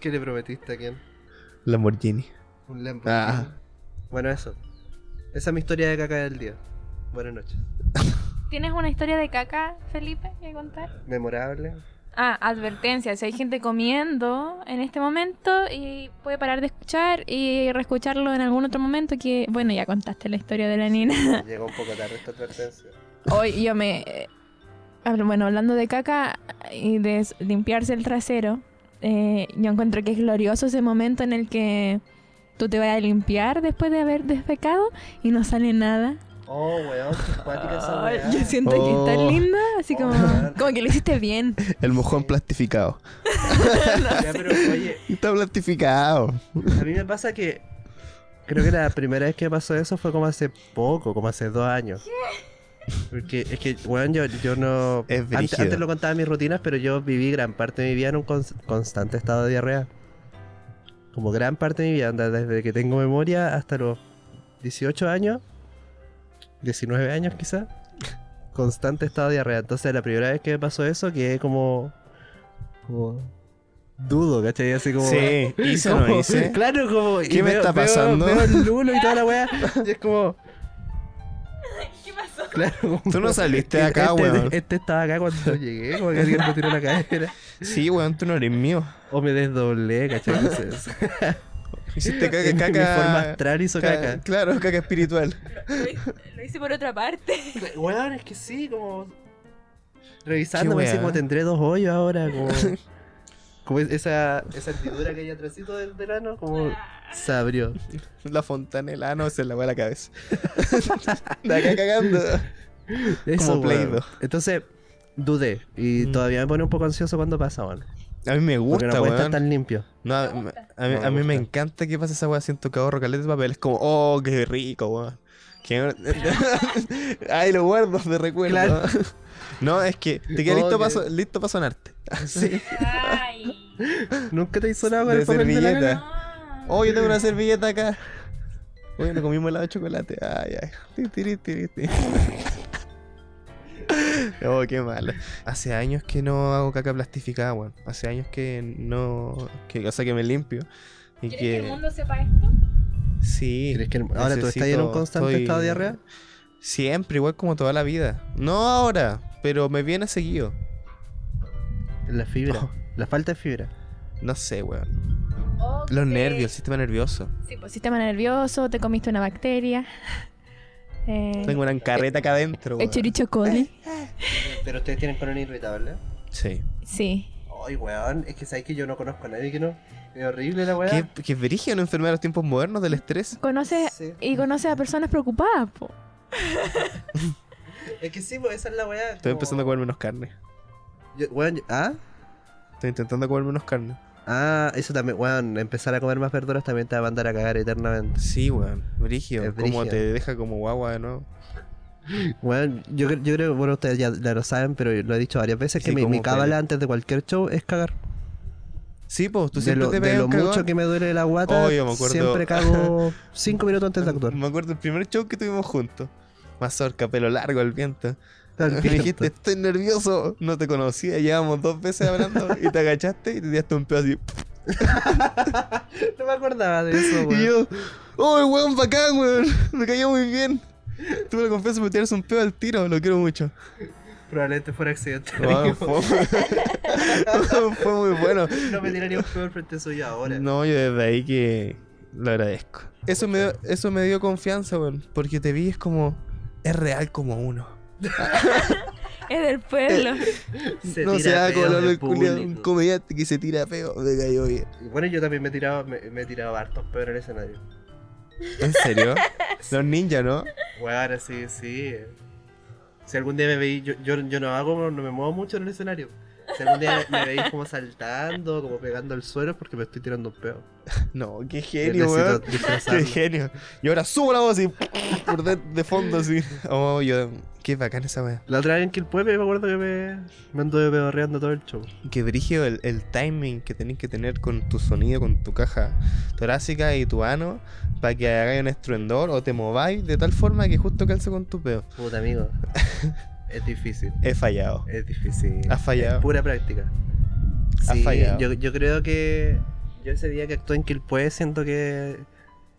¿Qué le prometiste a quién?
Lamborghini.
Un Lambo.
Ah.
Bueno, eso. Esa es mi historia de caca del día. Buenas noches.
¿Tienes una historia de caca, Felipe, que contar?
Memorable.
Ah, advertencia. Si hay gente comiendo en este momento y puede parar de escuchar y reescucharlo en algún otro momento que... Bueno, ya contaste la historia de la nina.
Llegó un poco tarde esta advertencia.
Hoy yo me... eh, hablo- Bueno, hablando de caca y de s- limpiarse el trasero, eh, yo encuentro que es glorioso ese momento en el que tú te vas a limpiar después de haber despecado y no sale nada.
Oh, weón, qué cuática esa weá.
yo siento
Oh.
que está linda, así como,
Oh.
como que lo hiciste bien.
El mojón plastificado.
Ya, pero oye,
Está plastificado.
A mí me pasa que creo que la primera vez que pasó eso fue como hace poco, como hace dos años. Porque es que, weón, yo, yo no...
Es
ante- antes,
brígido.
lo contaba en mis rutinas, pero yo viví gran parte de mi vida en un cons- constante estado de diarrea. Como gran parte de mi vida, onda, desde que tengo memoria hasta los 18 años, 19 años quizás, constante estado de diarrea. Entonces la primera vez que me pasó eso quedé como... como dudo, ¿cachai? Así como...
Sí, hice o
Como-
no hice.
Claro, como. y
¿Qué me está pasando?
Veo el lulo y toda la weá. Y es como. ¿Qué pasó? Claro, como-
Tú no saliste de acá,
este,
weón.
Este estaba acá cuando llegué, como que alguien me tiró la cadera.
Sí, weón, tú no eres mío.
O me desdoblé, ¿cachai? Entonces,
Hiciste
en
caca,
mi forma
caca.
astral hizo
ca-
caca.
Claro, caca espiritual.
Lo, hice- lo hice por otra parte.
Weón, es que sí, como. Revisándome,
Qué
así
weá.
como tendré dos hoyos ahora, como. como esa, esa hendidura que hay atrásito del verano, como. Se abrió.
La fontanela, ah, no, se la voy a la cabeza. Está acá cagando.
Eso,
Play
weón.
Doh.
Entonces, dudé. Y
Mm.
todavía me pone un poco ansioso cuando pasa, weón.
A mí me
Porque
gusta,
no puede
weón.
estar tan limpio.
No, a, mí- a mí,
No me
a mí
gusta.
me encanta que pase esa weá. Siento que ahorro caleta de papel. Es como, oh, qué rico, weón. Qué- Ay, lo guardo de recuerdo.
Claro.
No, es que te queda
Oh,
listo,
qué-
para so- listo para sonarte.
Sí. Nunca te hizo nada con
De
el papel de la
servilleta.
gana?
Oh, yo tengo una servilleta acá. Oye, nos comimos helado de chocolate. Ay, ay. Ti, tiri, tiri, ti. Oh, qué malo. Hace años que no hago caca plastificada, weón. Hace años que no. Que, o sea, que me limpio. Y que...
sepa esto?
Sí.
¿Crees que el- ahora tú estás en un
necesito-
constante
estoy-
estado de diarrea?
Siempre, igual como toda la vida. No ahora, pero me viene seguido.
La fibra.
Oh.
La falta de fibra.
No sé, weón. Los nervios, el sistema nervioso.
Sí, pues sistema nervioso, te comiste una bacteria. Eh,
Tengo una encarreta acá adentro,
el
weón.
chorizo coli.
Pero ustedes tienen colon irritable.
Sí.
Sí.
Ay, weón. Es que sabes que yo no conozco a nadie que no. Es horrible la weá.
¿Qué, qué brígido una enfermedad de los tiempos modernos del estrés?
Conoces
Sí.
y conoces a personas preocupadas, po.
Es que sí, pues, esa es la weá.
Estoy empezando a comer menos carne.
weón, yo- ¿ah?
Estoy intentando comer menos carne.
Ah, eso también, weón. Empezar a comer más verduras también te va a mandar a cagar eternamente.
Sí, weón. Brígido.
Es
Como
brígido.
te deja como guagua de nuevo.
Bueno, yo, cre- yo creo que bueno, ustedes ya, ya lo saben, pero lo he dicho varias veces,
Sí,
que mi,
como
mi cábala
pele-
antes de cualquier show es cagar.
Sí, pues, tú
De
siempre
lo,
te
de
pegas
lo
un
mucho
cagón.
que me duele la guata,
Oh, yo me acuerdo.
siempre cago 5 minutos antes de actuar.
Me acuerdo el primer show que tuvimos juntos. Mazorca, pelo largo, al viento.
Al
Me
viento.
dijiste, estoy nervioso. No te conocía, llevamos dos veces hablando y te agachaste y te tiraste un pedo así.
No me acordaba de eso,
Y
weón.
yo, ¡oh, el weón bacán, weón! Me cayó muy bien. Tuve la confianza de tirarse un pedo al tiro, lo quiero mucho.
Probablemente fuera accidente.
Weón, fue, fue muy bueno.
No me tiraría un peor frente suyo ahora.
No, yo desde ahí que lo agradezco. Eso me dio, eso me dio confianza, weón, porque te vi es como, es real como uno.
Es del pueblo.
Se
no
tira
sea
pedos
como
de
el culiao, un
público.
comediante que se tira peo, me cayó bien.
Y Bueno, yo también me he tirado, me, me he tirado hartos peor en el escenario.
¿En serio? Los ninjas, ¿no?
Weón, así, sí. eh. Si algún día me veis, yo, yo, yo no hago, no me muevo mucho en el escenario. Si algún día me, me veis como saltando, como pegando al suelo, es porque me estoy tirando un peo.
No, qué
Necesito
genio, weón. Qué
disfrazarlo.
genio. Y ahora subo la voz y por de, de fondo así. Oh, yo. Qué bacán esa weá.
La otra vez en Quilpuepe me acuerdo que me, me anduve pedorreando todo el show.
Qué brígido el, el timing que tenés que tener con tu sonido, con tu caja torácica y tu ano para que hagáis un estruendor o te mováis de tal forma que justo calce con tu peo.
Puta amigo. es difícil.
He fallado.
Es difícil.
Has fallado.
Es pura práctica.
Has fallado.
Yo, yo creo que yo ese día que actué en Quilpué siento que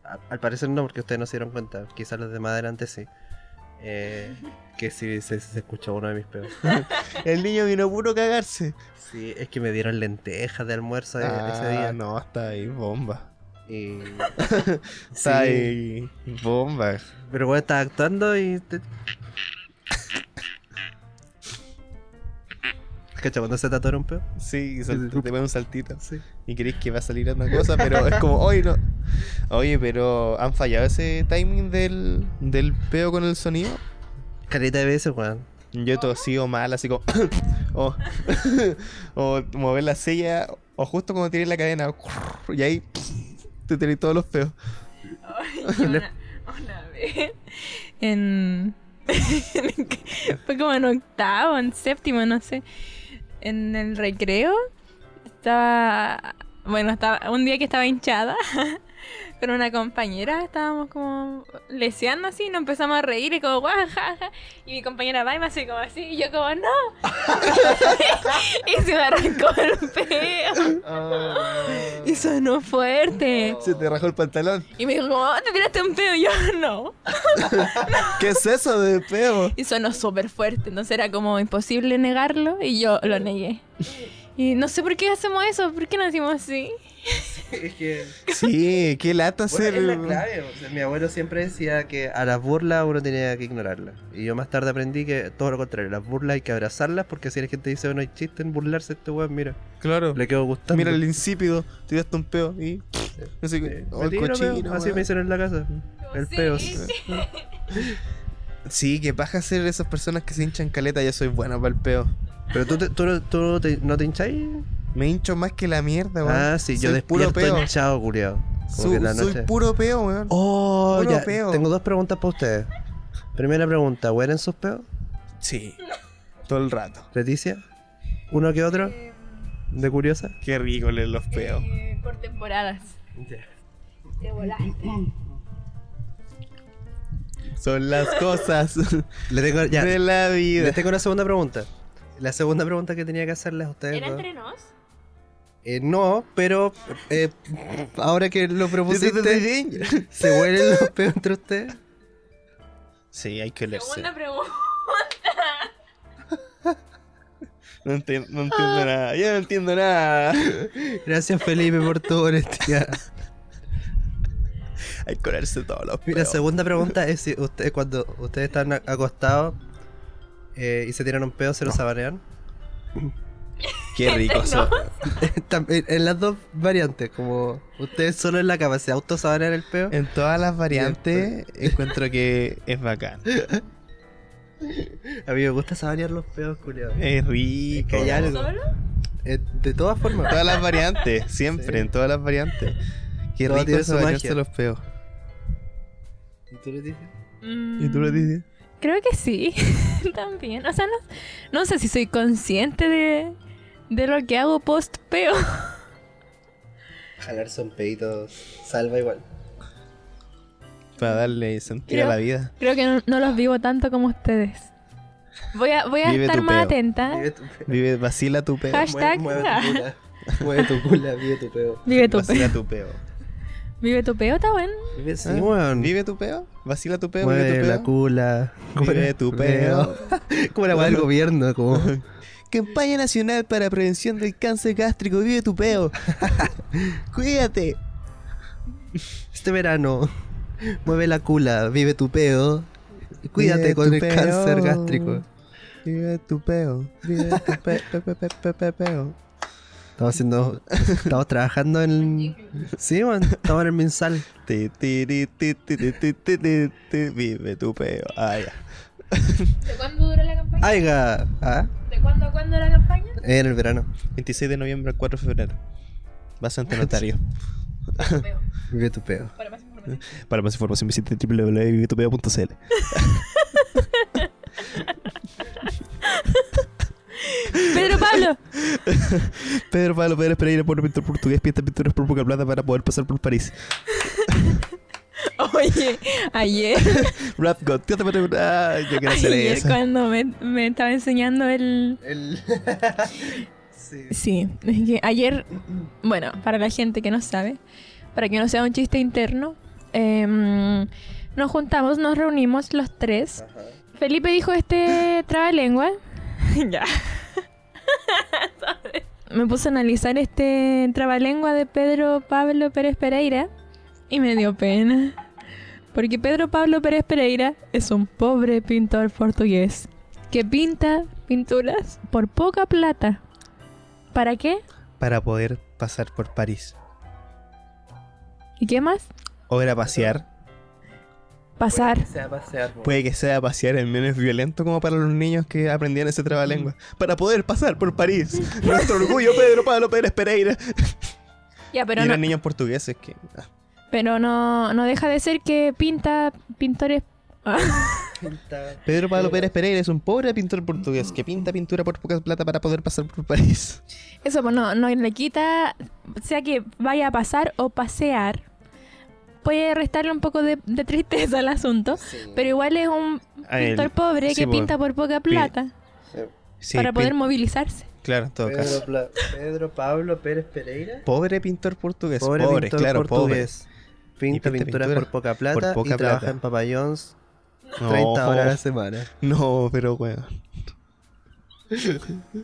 a- al parecer no, porque ustedes no se dieron cuenta. Quizás los de más adelante sí. Eh, que sí se, se escuchó uno de mis peos.
El niño vino puro cagarse.
Sí, es que me dieron lentejas de almuerzo e- ese
Ah,
día.
no, está ahí, bomba.
Y...
Está
Sí.
ahí, bomba.
Pero bueno, estaba actuando y. te- ¿Cacha? Cuando se te atora un peo.
Sí, y sal-
Sí, sí.
te ponen un saltito.
Sí.
Y crees que va a salir otra cosa, pero es como, oye, no. Oye, pero han fallado ese timing del, del peo con el sonido.
Carita de veces, weón.
Yo he tosido mal, así como. o, o mover la silla, o justo cuando tiré la cadena. Y ahí te tiré todos los peos.
Ay, yo una, una vez en fue como en octavo, en séptimo, no sé. En el recreo estaba bueno, estaba un día que estaba hinchada con una compañera, estábamos como leseando así, nos empezamos a reír y como guau, ja, ja", y mi compañera va y me hace como así y yo como no. y se me arrancó el pelo
Ah.
y sonó fuerte.
Se te rajó el pantalón.
Y me dijo, como, "Oh, ¿te tiraste un pedo? Y yo, no.
¿Qué es eso de peo?
Y sonó súper fuerte, entonces era como imposible negarlo y yo lo negué. Y no sé por qué hacemos eso, ¿por qué no hacemos así?
Es que.
Sí, qué lata
Bueno,
hacer.
es la clave. o sea, mi abuelo siempre decía que a las burlas uno tenía que ignorarlas. Y yo más tarde aprendí que todo lo contrario, las burlas hay que abrazarlas porque si la gente dice, bueno, hay chiste en burlarse este weón, mira,
Claro.
Le quedó gustando.
Mira el insípido, tiraste un peo y. No sé,
Eh,
oh,
me
el
tiro,
cochino,
peo. Así
weón.
me hicieron en la casa. El
Sí.
peo.
Sí, que vas a ser esas personas que se hinchan caleta, yo soy buena para el peo.
Pero tú, te- tú, no- tú te- no te hincháis.
Me hincho más que la mierda, weón.
Ah, sí, yo
Soy puro
despierto
peo.
hinchado, culiao. Como
Su-
que en la
Soy
noche.
puro peo, weón.
Oh,
puro
ya.
peo.
Tengo dos preguntas para ustedes. Primera pregunta, ¿huelen sus peos?
Sí. Todo el rato.
Leticia, ¿uno que otro? ¿De curiosa?
Qué rico leer los peos.
Eh, por temporadas. Te volaste.
Son las cosas
Le tengo, ya,
de la vida.
les tengo una segunda pregunta. La segunda pregunta que tenía que hacerles a ustedes.
¿Era
dos.
entre nos?
Eh, no, pero eh, ahora que lo
Yo te-
propusiste,
te- te-
¿se huelen los peos entre ustedes?
Sí, hay que leerse.
Segunda pregunta.
No, enti- no entiendo nada. Yo no entiendo nada.
Gracias, Felipe, por tu honestidad.
Hay que leerse todos los
Mira,
peos.
la segunda pregunta es si ustedes cuando ustedes están a- acostados eh, y se tiran un pedo, ¿se lo sabanean?
Qué rico son.
Tam- en, en las dos variantes, como ustedes solo en la cama se autosabanean el pedo.
En todas las variantes encuentro que es bacán.
A mí me gusta sabanear los pedos, culiados.
Es rico.
que hay algo.
¿Solo?
Eh, de todas
En
formas.
todas las variantes, siempre,
Sí.
en todas las variantes. Qué
Todo
rico
tiene
es
su
bañarse
magia.
los peos.
¿Y tú le dices?
¿Y tú lo dices?
Mm, Creo que sí, también. O sea, no, no sé si soy consciente de, de lo que hago post peo.
Jalar son peditos. Salva igual.
Para darle sentido
Creo-
a la vida.
Creo que no, no los vivo tanto como ustedes. Voy a, voy a
Vive
estar
tu
más
peo.
atenta.
Vive tu peo.
Vive, vacila tu peo.
Hash- Hashtag-
Mueve, mueve tu cula. Mueve tu cula, vive tu pedo.
Vive tu peo.
Vacila tu peo.
Vive tu peo, está bueno.
Vive, sí,
Ah,
weón.
¿Vive tu peo? ¿Vacila tu peo? ¿Vive
Mueve
tu
la
peo?
cula.
Vive tu peo.
Como la weá del gobierno, como.
Campaña Nacional para Prevención del Cáncer Gástrico. Vive tu peo. Cuídate.
Este verano, mueve la cula, vive tu pedo. y Cuídate
Vive
con
tu
el
peo.
cáncer gástrico.
Vive tu peo. Vive tu pe- pe- pe- pe- pe- pe- peo.
Estamos haciendo. Estamos trabajando en. Sí, weón, estamos en el mensal.
Ti, ti, ri, ti, ti, ti, ti, ti, ti, ti. Vive tu peo. Ah, ya.
¿De cuándo duró la campaña?
¡Aiga! ¿Ah?
¿De cuándo a cuándo la campaña?
En el verano.
26 de noviembre al 4 de febrero. Vas ante notario.
Vive tu pedo.
Para más información.
Para más información visite www.vivetupeo.cl
Pedro Pablo,
Pedro Pablo Pérez Pereira, por pintor portugués, pinta pinturas por poca plata para poder pasar por París.
oye, ayer,
Rap God. ¿qué te parece? Ah, yo quiero hacer
ayer
eso.
cuando me, me estaba enseñando el...
El. sí.
Sí, es que ayer, bueno, para la gente que no sabe, para que no sea un chiste interno, em, nos juntamos, nos reunimos los tres. Felipe dijo este trabalengua. ya. me puse a analizar este trabalengua de Pedro Pablo Pérez Pereira y me dio pena. Porque Pedro Pablo Pérez Pereira es un pobre pintor portugués
que pinta pinturas.
Por poca plata. ¿Para qué?
Para poder pasar por París.
¿Y qué más?
O ir a pasear.
Pasar.
Se va a pasear, po.
Puede que sea pasear el menos violento como para los niños que aprendían ese trabalengua. Para poder pasar por París. Nuestro orgullo, Pedro Pablo Pérez Pereira.
Ya, pero
y
no,
eran niños portugueses que... ah,
pero no, no deja de ser que pinta pintores.
Pinta-
Pedro Pablo Pérez Pereira es un pobre pintor portugués que pinta pintura por poca plata para poder pasar por París.
Eso pues no, no le quita, sea que vaya a pasar o pasear. Puede restarle un poco de, de tristeza al asunto, pero igual es un
A él.
pintor pobre
Sí,
que
pues,
pinta por poca
pi-
plata
Sí,
para poder
pin-
movilizarse.
Claro, en todo
Pedro,
caso.
Pla- Pedro Pablo Pérez Pereira.
Pobre pintor portugués. Pobre,
Pobre, pintor
claro,
portugués. Pinta
pinta
pinturas por
pintura
poca plata
por poca
y trabaja
plata.
en Papa John's
pobre.
30
No,
horas a la semana.
No, pero weón.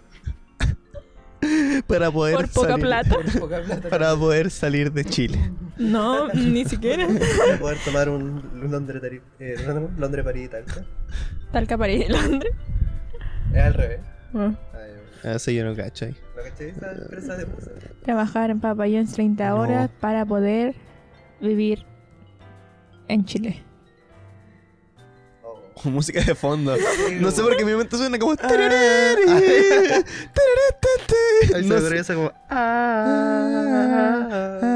para poder
Por poca
salir-
plata.
Por poca plata.
Para poder salir de Chile.
No, ni siquiera.
Para poder tomar un Londres, Tari- eh, Londres- Londres París y Talca.
Talca París de Londres.
Es al revés.
Mm.
Ay, bueno.
Ah, sí, yo no cacho ahí.
¿Lo cachai? Esa empresa de música.
Trabajar en Papa John's 30
No.
horas para poder vivir en Chile.
Oh.
Música de fondo. No sé por qué mi mente suena
Ah.
como.
Ahí
No
se
sé.
me esa como.
Ah, ah, ah.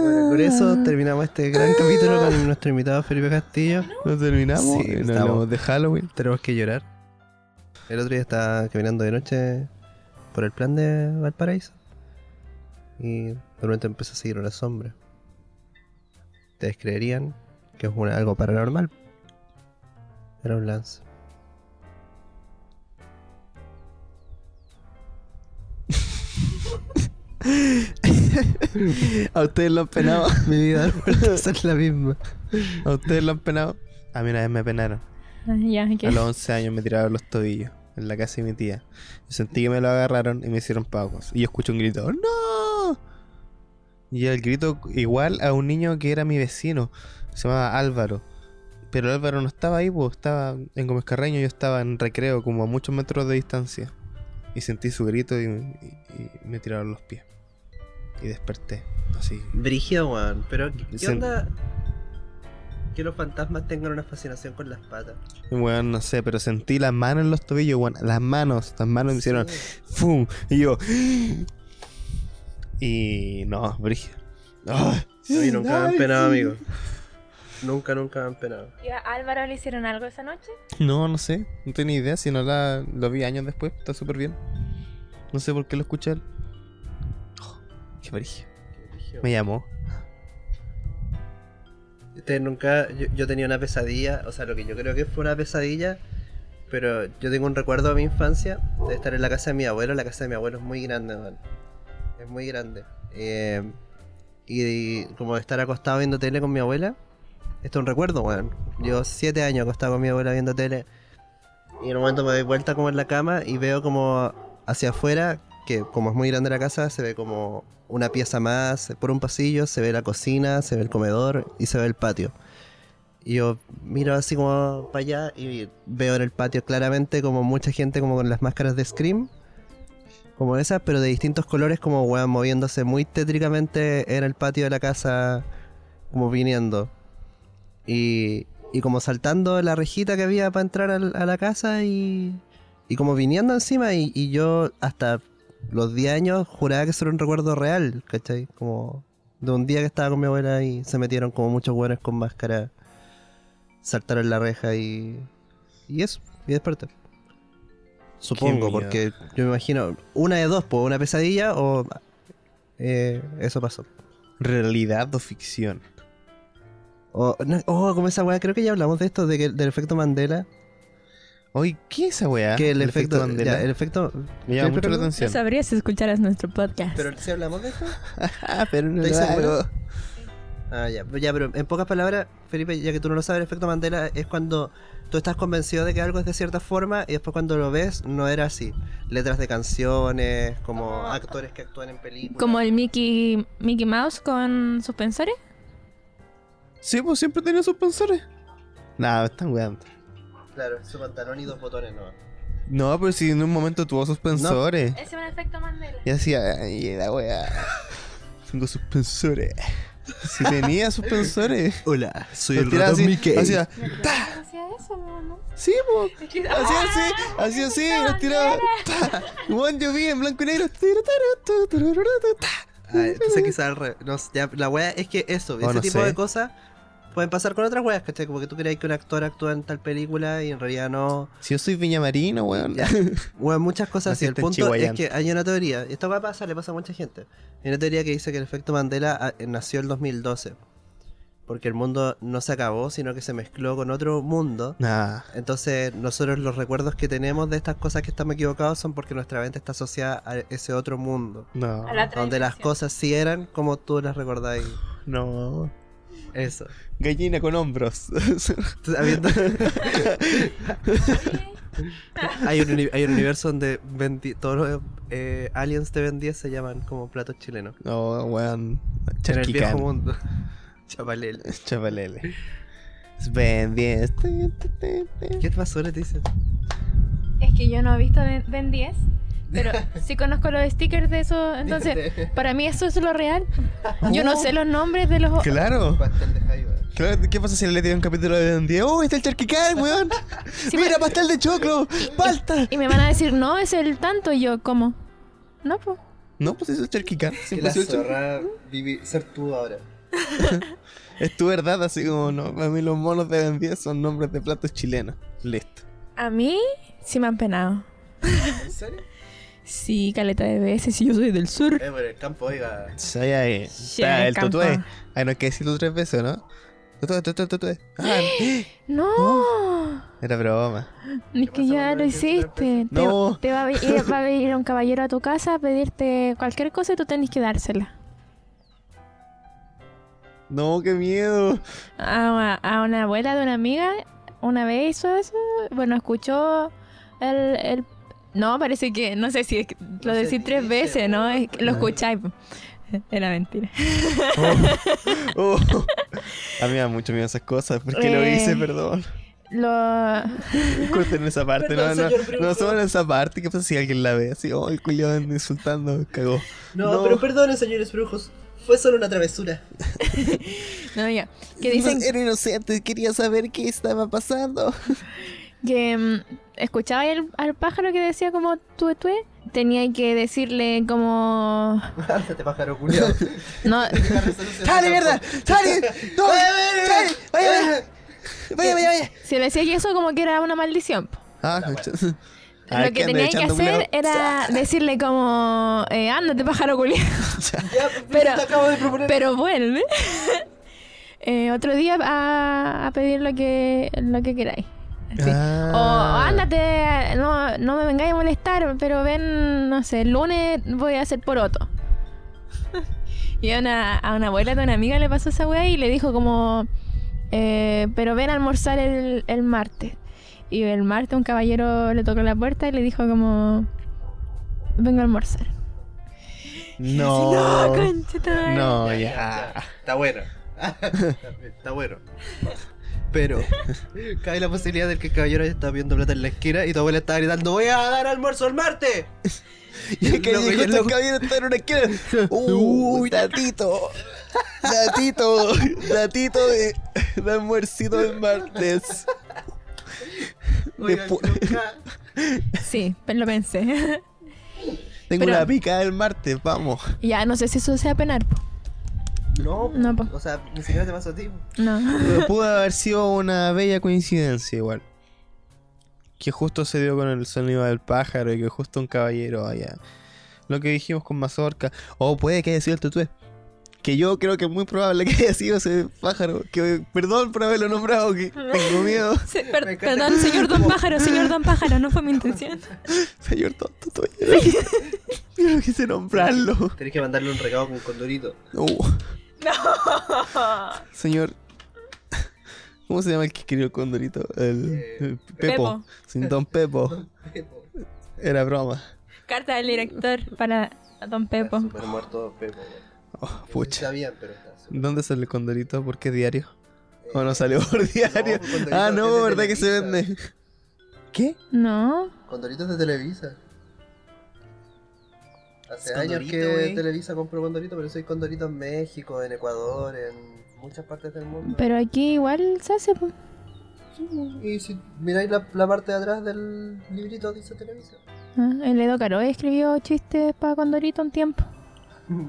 Bueno, con eso terminamos este gran capítulo con nuestro invitado Felipe Castillo.
¿No terminamos?
Sí,
Sí, no
estamos.
hablamos de Halloween.
Tenemos que llorar. El otro día estaba caminando de noche por el plan de Valparaíso. Y de repente empecé a seguir una sombra. Ustedes creerían que es una- algo paranormal. Era un lance.
A ustedes lo han penado.
Mi vida ha vuelto a ser la misma.
A ustedes lo han penado. A mí una vez me penaron.
Ah, ya, ok.
A los 11 años me tiraron los tobillos en la casa de mi tía. Yo sentí que me lo agarraron y me hicieron pagos. Y yo escucho un grito, ¡No! Y el grito igual a un niño que era mi vecino. Se llamaba Álvaro. Pero Álvaro no estaba ahí, pues, estaba en Gómez Carreño, yo estaba en recreo, como a muchos metros de distancia. Y sentí su grito y, y- y me tiraron los pies. Y desperté, así.
Brígido, weón. Pero, ¿qué, qué
Sen-
onda? Que los fantasmas tengan una fascinación con las patas.
Bueno, no sé, pero sentí las manos en los tobillos, weón. Las manos, las manos me hicieron. ¡Fum! Y yo. Y no, Ah, Brigia. ¡Ay!
A mí nunca me han
Ay,
penado,
sí.
amigo. Nunca, nunca me han penado.
¿Y a Álvaro le hicieron algo esa noche?
No, no sé. No tenía idea. Si no la, lo vi años después, está súper bien. No sé por qué lo escuché. a él. Oh, qué Brigia. Me llamó.
Ustedes Este, nunca. Yo, yo tenía una pesadilla, o sea, lo que yo creo que fue una pesadilla, pero yo tengo un recuerdo de mi infancia de estar en la casa de mi abuelo. La casa de mi abuelo es muy grande, weón. Es muy grande. Eh, y, como de estar acostado viendo tele con mi abuela. Esto es un recuerdo, weón. Llevo siete años acostado con mi abuela viendo tele. Y en un momento me doy vuelta como en la cama y veo como hacia afuera, que como es muy grande la casa, se ve como una pieza más por un pasillo, se ve la cocina, se ve el comedor y se ve el patio. Y yo miro así como para allá y veo en el patio claramente como mucha gente como con las máscaras de Scream. Como esas, pero de distintos colores, como weón, moviéndose muy tétricamente en el patio de la casa, como viniendo. Y, y como saltando la rejita que había para entrar al- a la casa y, y como viniendo encima. Y, y yo hasta los 10 años juraba que eso era un recuerdo real, ¿cachai? Como de un día que estaba con mi abuela y se metieron como muchos hueones con máscara, saltaron la reja y. Y eso, y desperté. Supongo,
miedo.
porque yo me imagino una de dos, pues una pesadilla o. eh, eso pasó.
Realidad o ficción.
O, no, oh, como esa weá, creo que ya hablamos de esto, de que- del efecto Mandela.
Oye, ¿qué es esa weá?
que el, efecto,
Mandela.
ya, el efecto.
Me llama mucho la
No
atención.
sabrías si escucharas nuestro podcast.
si hablamos de esto.
Ah, pero no
¿Estáis
lo
seguro?
hago.
Ah, ya. Ya, pero en pocas palabras, Felipe, ya que tú no lo sabes, el efecto Mandela es cuando tú estás convencido de que algo es de cierta forma y después cuando lo ves no era así. Letras de canciones, como
Como-
actores que actúan en películas.
Como el Mickey, Mickey Mouse con suspensores.
Sí, pues siempre tenía suspensores. Nah, me están weando.
Claro, su pantalón y dos botones, ¿no?
No, pero si en un momento tuvo suspensores.
Ese es un efecto Mandela.
Y hacía, ay, la wea. Tengo suspensores. Si tenía suspensores.
Hola, soy
Lo tiraba así, Hacía,
Ah,
¿Hacía eso no?
sí, po. Hacía así, hacía así, lo tiraba. ta. Igual yo vi en blanco y negro. tira, tara, tu, turururu, tu, ta.
Ah, entonces quizás al revés. No sé, ya, la wea es que eso,
Oh,
ese
no
tipo
sé.
de cosas pueden pasar con otras weas, ¿cachai? Como que tú creías que un actor actúa en tal película y en realidad no.
Si yo soy viñamarino, weón.
Ya. Weón, muchas cosas así. El
Naciste en
punto es
Chihuayán.
que hay una teoría, y esta wea pasa, le pasa a mucha gente. Hay una teoría que dice que el efecto Mandela ah, eh, nació el 2012. Porque el mundo no se acabó, sino que se mezcló con otro mundo.
Nah.
Entonces, nosotros los recuerdos que tenemos de estas cosas que estamos equivocados son porque nuestra mente está asociada a ese otro mundo.
No,
A la otra
Donde las
dimensión.
cosas sí eran como tú las recordáis.
no.
Eso.
Gallina con hombros.
Habiendo- hay, un, uni- hay un universo donde vendi- todos los eh, aliens de Ben 10 se llaman como platos chilenos.
no, weón.
En el viejo
Charquicán.
mundo. Chapalel.
Chavalele. Ven, 10.
¿Qué basura te dicen?
Es que yo no he visto Ben, Ben 10, pero sí conozco los stickers de eso. Entonces, para mí eso es lo real. Yo
Oh,
no sé los nombres de los...
Claro.
Pastel de jaiba.
Claro, ¿Qué pasa si le tiran un capítulo de Ben 10? ¡Oh, está el charquicán, weón! ¡Mira, pastel de choclo! ¡Palta!
Y me van a decir, no, es el tanto. Y yo, ¿cómo? No, pues.
No, pues es el charquicán.
Que
Siempre ha
la
sido el charquicán.
zorra vivi- ser tú ahora.
Es tu verdad, así como no. Para mí los monos de Ben 10 son nombres de platos chilenos. Listo.
A mí sí me han penado.
¿En serio?
Sí, caleta de veces, si yo soy del sur.
Eh, por el campo, oiga.
Sí, ahí.
Sí,
Está, el
campo.
totué. Ay, no hay que decirlo tres veces, ¿no? Totué, totué, totué. Ah,
No,
era broma.
es
pasa
que ya
cuando
lo
le dicen tres
hiciste. Te-
No.
Te, va, a ir, va a venir un caballero a tu casa a pedirte cualquier cosa y tú tenés que dársela.
No, qué miedo.
A, una- a una abuela de una amiga una vez hizo eso. Bueno, escuchó el... el- no, parece que, no sé si es que lo
No se
decís tres
dice,
veces, ¿no? Es que lo
Ah.
escucháis. po. Era mentira.
Oh. A mí me da mucho miedo esas cosas. ¿Por qué lo
Eh.
hice? Perdón.
Lo...
Corten esa parte.
Perdón,
no,
señor
no,
Bruno.
no suban esa parte. ¿Qué pasa si alguien la ve? Así, oh, el culiado anda insultando. Cagó.
No,
No.
pero perdonen, señores brujos. Fue solo una travesura.
No, ya. Que dicen
Era inocente. Quería saber qué estaba pasando.
que mm, escuchaba al, al pájaro que decía como tué tué, tenía que decirle como
Ándate, pájaro culiao.
no
¡Sale, mierda! ¡Sale! ¡No! ¡Sale! ¡Vaya, Eh, vaya! ¡Vaya, vaya, vaya!
si le decía que eso como que era una maldición. po.
Ah, concha. Ah,
Lo que
anda
tenía que
echando un
hacer
lado.
era decirle como eh, ándate pájaro culiao,
Ya,
Pero-
te acabo de proponer.
pero vuelve. Eh, otro día a, a pedir lo que lo que queráis. Así. O, o
Ah.
ándate, no, no me vengáis a molestar, pero ven, no sé, el lunes voy a hacer poroto. y a una, a una abuela de una amiga le pasó esa weá y le dijo como, eh, pero ven a almorzar el, el martes. Y el martes un caballero le tocó la puerta y le dijo como, vengo a almorzar. Y
No.
no, concha tu madre".
No,
Ya,
ya.
ya, Está bueno. Está bueno. Pero cabe la posibilidad de que el caballero haya estado viendo plata en la esquina y tu abuela estaba gritando: ¡Voy a dar almuerzo el martes!
Y el que
Loco,
llegó
yo
este
loco.
caballero está en una esquina. Uy, datito. Datito. Datito de, de almuercito el martes.
Oiga,
Después-
nunca-
Sí, pe- lo pensé.
Tengo
Pero-
una pica del martes, vamos.
Y ya, no sé si eso sea penar. po.
No,
No, po.
o sea, ni siquiera te pasó a ti.
No.
Pero pudo haber sido una bella coincidencia igual. Que justo se dio con el sonido del pájaro y que justo un caballero allá. Lo que dijimos con Mazorca. O puede que haya sido el tutué. Que yo creo que es muy probable que haya sido ese pájaro. Que perdón por haberlo nombrado, que tengo miedo.
Se- per-
Me encanta.
perdón, señor Don Pájaro, señor Don Pájaro, no fue mi intención.
Señor Don Tutué. Yo no quise nombrarlo.
Tenés que mandarle un regalo con un condorito.
Uh, Señor. ¿Cómo se llama el que escribió el Condorito? El, el Eh, Pepo.
Pepo.
Sin Don Pepo. Era broma.
Carta del director para Don Pepo.
Super muerto Pepo. weón.
Oh,
No sé si
pucha.
Sabían, pero está súper-
¿Dónde sale el Condorito? ¿Por qué diario? ¿O no salió por diario?
pues Condorito
ah,
es
no,
de
¿verdad que se
Televisa.
vende? ¿Qué?
No.
Condoritos de Televisa. Hace
Es
años
Condorito,
que
wey.
Televisa compró Condorito, pero soy Condorito en México, en Ecuador, en muchas partes del mundo.
Pero aquí igual se hace. po.
Sí, y si miráis la, la parte de atrás del librito dice Televisa.
Ah, el Edo Caroe escribió chistes para Condorito un tiempo.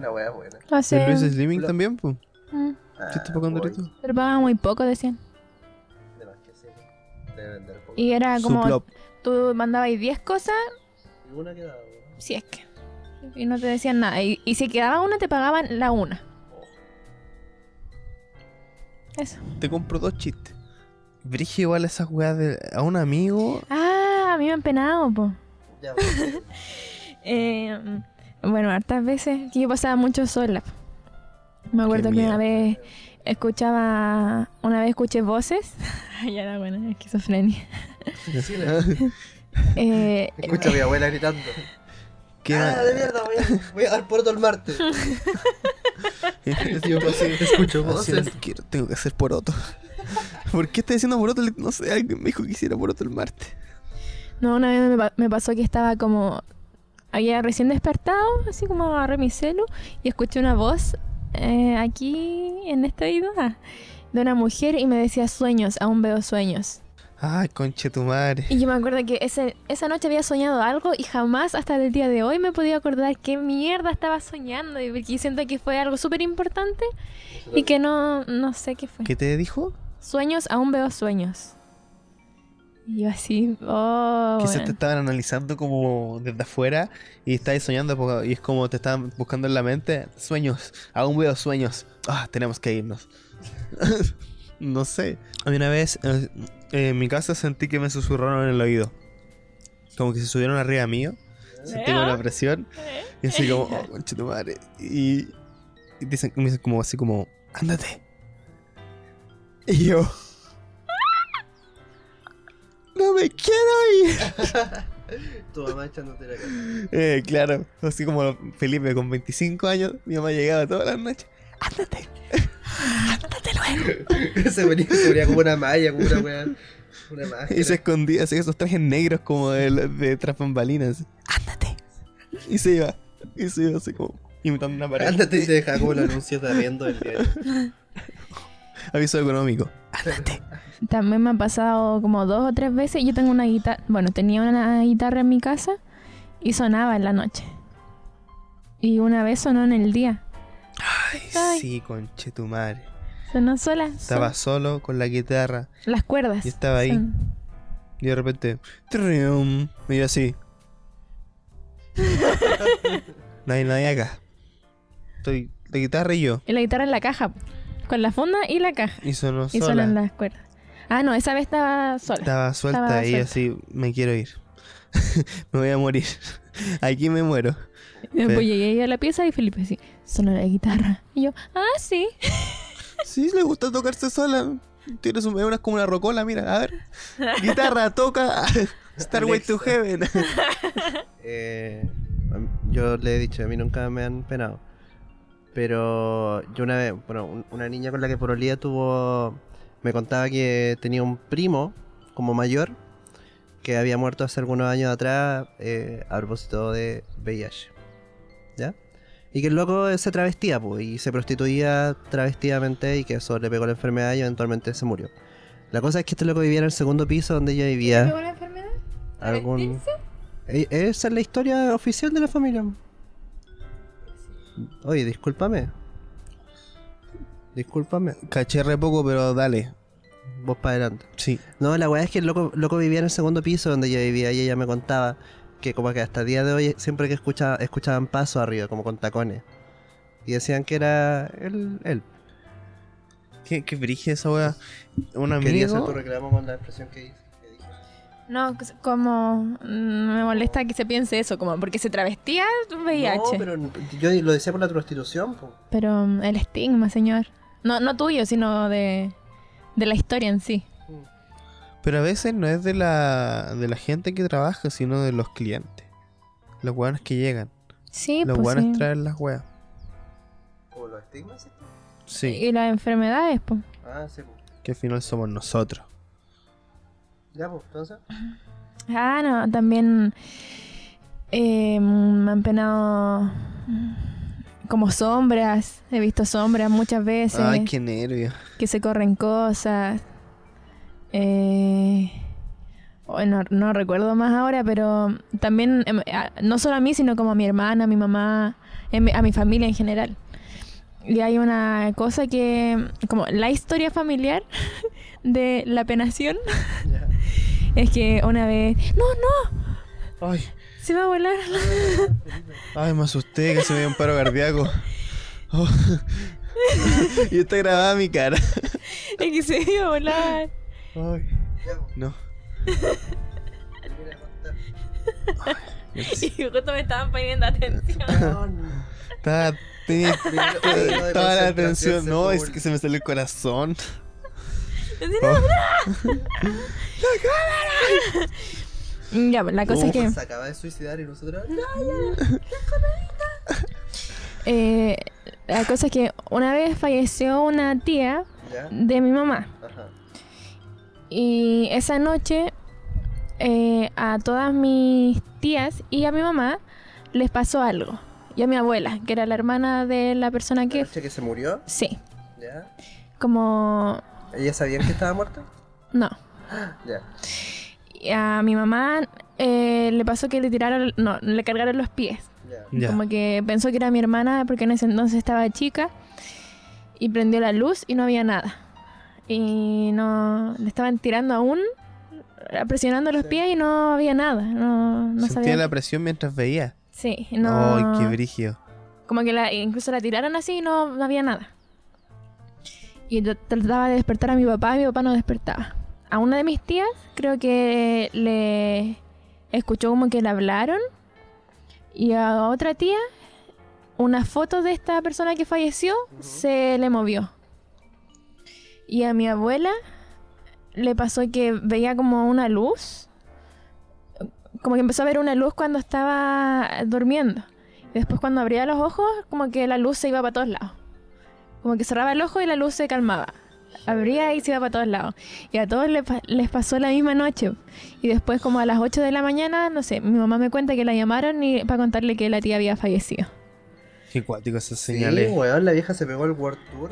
La wea buena.
Hace.
¿El Luis Slimming
Lo- Ah,
también? po?
Mm,
¿Chiste para Condorito?
voy,
pero pagaban muy poco, decían.
de más que sí, de vender poco.
Y era
Su
como.
plop.
Tú mandabas 10 cosas,
Y una quedaba, ¿no?
si es que. Y no te decían nada. Y, y si quedaba una, te pagaban la una. Eso.
Te compro dos chistes. Brige igual a esas weas de, a un amigo.
Ah, a mí me han penado, po.
Ya, bueno.
Eh, bueno, hartas veces que yo pasaba mucho sola. Me acuerdo que
miedo.
una vez escuchaba, una vez escuché voces. Ay, ya era buena, esquizofrenia. Eh,
Escucho a mi abuela gritando.
¿Qué
¡Ah, de mierda! Voy a, voy a dar por todo el martes.
Es
Yo así, escucho
Así
voces.
no quiero, tengo que hacer poroto. ¿Por qué estoy haciendo poroto? Le- No sé, alguien me dijo que hiciera poroto el martes.
no, una vez me, pa- me pasó que estaba como, había recién despertado, así como agarré mi celu y escuché una voz eh, aquí en esta oído ah, de una mujer y me decía sueños, aún veo sueños.
Ay, conche tu madre.
Y yo me acuerdo que ese- esa noche había soñado algo y jamás hasta el día de hoy me podía acordar qué mierda estaba soñando. Y porque siento que fue algo súper importante y que no, no sé qué fue.
¿Qué te dijo?
Sueños, aún veo sueños. Y yo así, oh,
Quizás
bueno.
te estaban analizando como desde afuera y estabas soñando po- y es como te estaban buscando en la mente sueños, aún veo sueños. Ah, tenemos que irnos. no sé. A mí una vez eh, en mi casa sentí que me susurraron en el oído. Como que se subieron arriba mío. Sentí
¿Eh?
como la presión. Y así como, oh, conche tu madre. Y, y dicen, me dicen como así como, ándate. Y yo. No me quiero ir.
Tu mamá echándote la cara.
Eh, claro, así como Felipe con 25 años, mi mamá llegaba todas las noches. Ándate.
se, ponía, se ponía como una malla, como una wea. Una
Y se
máscara.
escondía, así esos trajes negros como de, de tras bambalinas. Ándate. Y se iba. Y se iba así como imitando una pared.
Ándate y se dejaba como el anuncio de arriendo del día.
Aviso económico.
También me ha pasado como dos o tres veces. Yo tengo una guitarra, bueno, tenía una guitarra en mi casa y sonaba en la noche. Y una vez sonó en el día.
Ay,
Ay.
sí, conche tu madre.
Sonó sola. son-
Estaba solo con la guitarra
las cuerdas.
y estaba ahí.
son-
Y de repente, trium, y yo así. no hay nadie acá. Estoy la guitarra y yo.
Y la guitarra en la caja. Con la funda y la caja.
Y sonó
Y
sola.
suenan las cuerdas. Ah, no, esa vez estaba sola.
Estaba suelta
Estaba
y
suelta.
así, me quiero ir. me voy a morir. Aquí me muero.
Y después llegué a la pieza y Felipe sí, sonó la guitarra. Y yo, ah, sí.
Sí, le gusta tocarse sola. Tienes un, una, como una rocola, mira, a ver. Guitarra, toca. Starway to
Alexa.
Heaven.
Eh, a- yo le he dicho, a mí nunca me han penado. Pero yo una vez, bueno, un- una niña con la que porolía tuvo. Me contaba que tenía un primo, como mayor, que había muerto hace algunos años atrás eh, a propósito de VIH. ¿Ya? Y que el loco se travestía, pues, y se prostituía travestidamente y que eso le pegó la enfermedad y eventualmente se murió. La cosa es que este loco vivía en el segundo piso donde ella vivía.
una enfermedad?
algún... E- Esa es la historia oficial de la familia. Oye, discúlpame. Discúlpame.
Caché re poco, pero dale.
Vos para adelante.
Sí.
No, la weá es que el loco, loco vivía en el segundo piso donde yo vivía y ella me contaba que como que hasta el día de hoy siempre que escuchaba, escuchaban paso arriba, como con tacones. Y decían que era él. él.
Qué, qué brige esa wea. Un
Quería
amigo.
hacer tu reclamo con la expresión que, hice- que dije.
No, c- como mm, me molesta que se piense eso, como porque se travestía VIH.
No,
pero...
pero yo lo decía por la prostitución. po.
mm, el estigma, señor. No, no tuyo, sino de, de la historia en sí.
Pero a veces no es de la, de la gente que trabaja, sino de los clientes. Los hueones que llegan.
Sí,
los
pues
hueones
sí.
traen las hueas.
¿O los estigmas? sí.
Sí,
Y las enfermedades, pues.
Ah, sí. po.
que al final somos nosotros.
Ya, pues, entonces.
Ah, no, también eh, me han penado mm, como sombras. He visto sombras muchas veces.
Ay, qué nervio.
que se corren cosas. Eh, oh, no, no recuerdo más ahora, pero también, em, a- no solo a mí, sino como a mi hermana, a mi mamá, em, a mi familia en general. Y hay una cosa que, como la historia familiar de la penación,
Ya.
es que una vez, no, no,
Ay,
se va a volar.
ay, me asusté, que se me dio un paro cardíaco. Oh. y está grabada mi cara.
Es que se iba a volar.
Ay, no.
Y justo me estaban poniendo atención.
Ah,
Estaba, tenía
periodo de
toda la
concentración
atención.
se
No,
fue
es que se me salió el corazón. Oh.
Ya, la cosa es que...
Se acaba de suicidar y nosotros.
Eh, la cosa es que una vez falleció una tía
Ya.
de mi mamá.
Ajá.
Y esa noche eh, a todas mis tías y a mi mamá les pasó algo. Y a mi abuela, que era la hermana de la persona
La
que...
noche que se murió.
Sí,
Ya.
como...
¿Ella sabían que estaba muerta?
No.
Ya.
Y a mi mamá eh, le pasó que le tiraron... No, le cargaron los pies.
Ya.
Ya.
Como que pensó que era mi hermana porque en ese entonces estaba chica y prendió la luz y no había nada. Y no le estaban tirando aún, presionando los
Sí.
pies y no había nada. No, no
Sentía
sabía.
la presión mientras veía.
Sí,
Ay,
no.
qué brígido.
como que la, incluso la tiraron así y no, no había nada. Y yo trataba de despertar a mi papá y mi papá no despertaba. A una de mis tías creo que le escuchó como que le hablaron. Y a otra tía, una foto de esta persona que falleció
Ujú.
se le movió. Y a mi abuela le pasó que veía como una luz. Como que empezó a ver una luz cuando estaba durmiendo. Y después cuando abría los ojos, como que la luz se iba para todos lados. Como que cerraba el ojo y la luz se calmaba. Abría y se iba para todos lados. Y a todos le pa- les pasó la misma noche. Y después como a las 8 de la mañana, no sé, mi mamá me cuenta que la llamaron y para contarle que la tía había fallecido.
Qué cuático esas
Sí,
señales.
weón, la vieja se pegó el World Tour.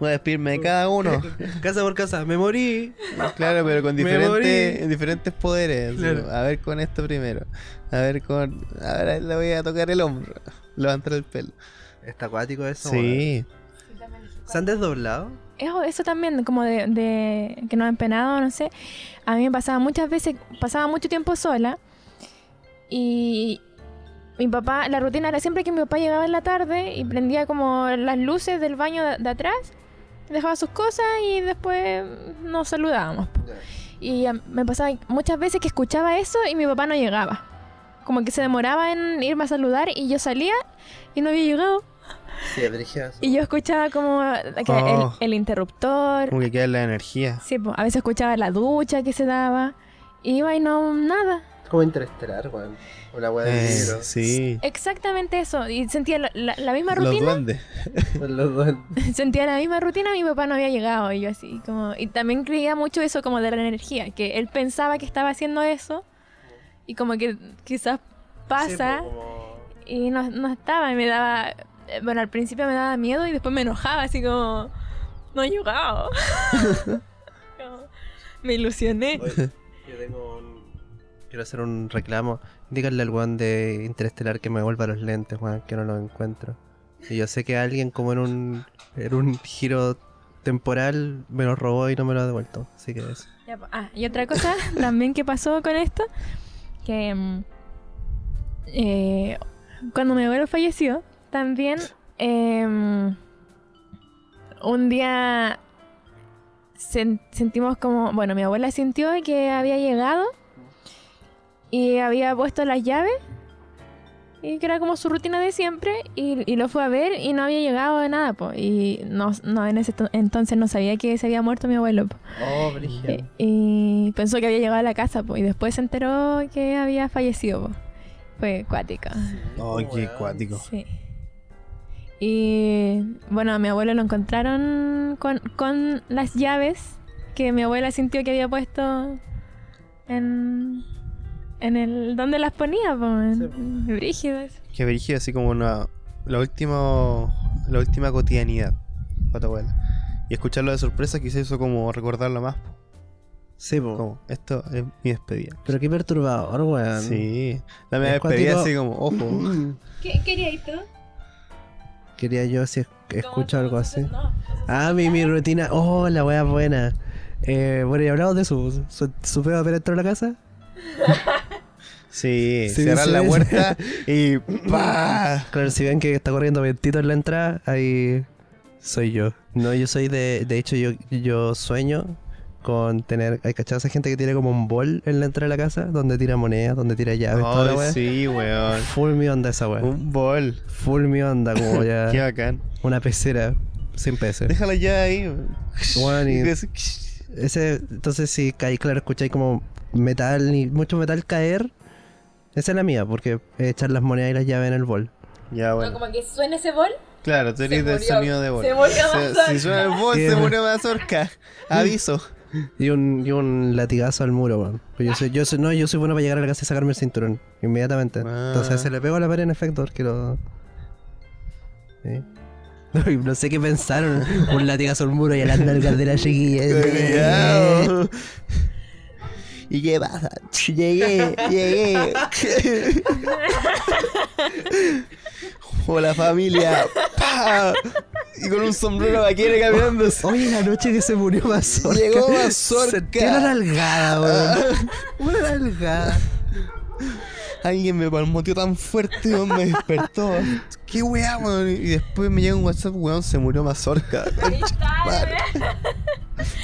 Voy a despedirme de cada uno.
casa por casa, me morí.
Claro, pero con
Me
diferentes,
morí.
diferentes poderes.
Claro.
A ver con esto primero. A ver con. Ahora le voy a tocar el hombro. Levantar el pelo.
Está acuático eso. weón.
Sí.
¿Se han desdoblado?
Eso, eso también, como de, de que nos han penado, no sé. A mí me pasaba muchas veces, pasaba mucho tiempo sola. Y mi papá, la rutina era siempre que mi papá llegaba en la tarde y prendía como las luces del baño de, de atrás, dejaba sus cosas y después nos saludábamos.
Ya.
Y a- me pasaba muchas veces que escuchaba eso y mi papá no llegaba. Como que se demoraba en irme a saludar y yo salía y no había llegado.
Sí, brígidas.
Y yo escuchaba como que el-
Oh.
el, interruptor.
Como que queda la energía.
Sí, po, a veces escuchaba la ducha que se daba. Iba y no, nada.
Como interestelar, weón. Una weá
Eh,
de libro.
sí.
Exactamente eso. Y sentía la, la- la misma
Los
rutina.
duendes.
Con los dos.
Sentía la misma rutina y mi papá no había llegado. Y yo así, como. Y también creía mucho eso, como de la energía. Que él pensaba que estaba haciendo eso. Y como que quizás pasa.
Sí, como-
y no, no estaba. Y me daba. eh, Bueno, al principio me daba miedo y después me enojaba, así como. No he llegado. Como, me ilusioné.
Oye, yo tengo un... Quiero hacer un reclamo. Díganle al weón de Interestelar que me vuelva los lentes, weón, que no los encuentro. Y yo sé que alguien como en un, en un giro temporal me los robó y no me lo ha devuelto. Así que eso.
Ya, po. Ah, y otra cosa también que pasó con esto, que mm, eh, cuando mi abuelo falleció, em, también eh, un día sen- sentimos como, bueno, mi abuela sintió que había llegado y había puesto las llaves y que era como su rutina de siempre y, y lo fue a ver y no había llegado de nada, po. Y no, no, en ese to- entonces no sabía que se había muerto mi abuelo, po.
Oh, Brigia.
Eh, Y pensó que había llegado a la casa, po, y después se enteró que había fallecido, po. Fue cuático.
Ay, qué cuático.
Sí. Y bueno, a mi abuelo lo encontraron con, con las llaves que mi abuela sintió que había puesto en, en el... ¿Dónde las ponía? po, en-
Sí, po.
en brígido eso.
Que dirigía así como una. La última. La última cotidianidad. pa' tu abuela. Y escucharlo de sorpresa quizás hizo como recordarlo más. po.
Sí, po.
Como, esto es mi despedida.
Pero qué perturbador, weón.
Sí. La media
Es
despedida
cuático.
así como, ojo.
Mm.
¿Qué querías tú?
Quería yo si es- escucho algo así.
No,
Ah, mi, mi rutina. Oh, la wea buena. Eh, bueno, y hablamos de su, su, su feo apenas entró a la casa.
Sí,
Sí,
cerrar
sí,
la
sí.
puerta y pa.
Claro, si ven que está corriendo ventito en la entrada, ahí soy yo.
No, yo soy de. De hecho, yo, yo sueño con tener. Hay cachado esa gente que tiene como un bol en la entrada de la casa donde tira monedas, donde tira llaves, toda la
Ay,
wea.
sí, weón.
Full mi onda esa wea.
Un bol.
Full mi onda, como
Qué
ya.
bacán.
una pecera sin peces.
Déjala ya ahí.
Weón, y-
Y así,
Ese, entonces, si caí, claro, escucháis como metal y mucho metal caer. Esa es la mía, porque es echar las monedas y las llaves en el bol.
Ya, bueno.
como que suena ese bol.
Claro, tú eres
Se
del
murió-
sonido de bol.
se murió
Se-
Mazorca.
Si suena el bol,
Sí.
se murió Mazorca. Aviso.
Y un, y un latigazo al muro, weón. Pues yo soy, yo soy- no, yo soy bueno para llegar a la casa y sacarme el cinturón. Inmediatamente.
Ah.
Entonces se le pegó a la pared en efecto porque lo. Sí. No, y no sé qué pensaron. un latigazo al muro y a las nalgas de la chiquilla.
Cuidado. ¿Y qué pasa? Llegué, llegué. Hola familia. Pa. Y con un sombrero vaquero caminando. así.
Oye, la noche que se murió Mazorca.
Llegó Mazorca. Ah.
Sentí una nalgada, weón. Una nalgada.
Alguien me palmoteó tan fuerte, weón, me despertó. Qué weá, weón. Y después me llega un WhatsApp, weón, se murió Mazorca. Madre.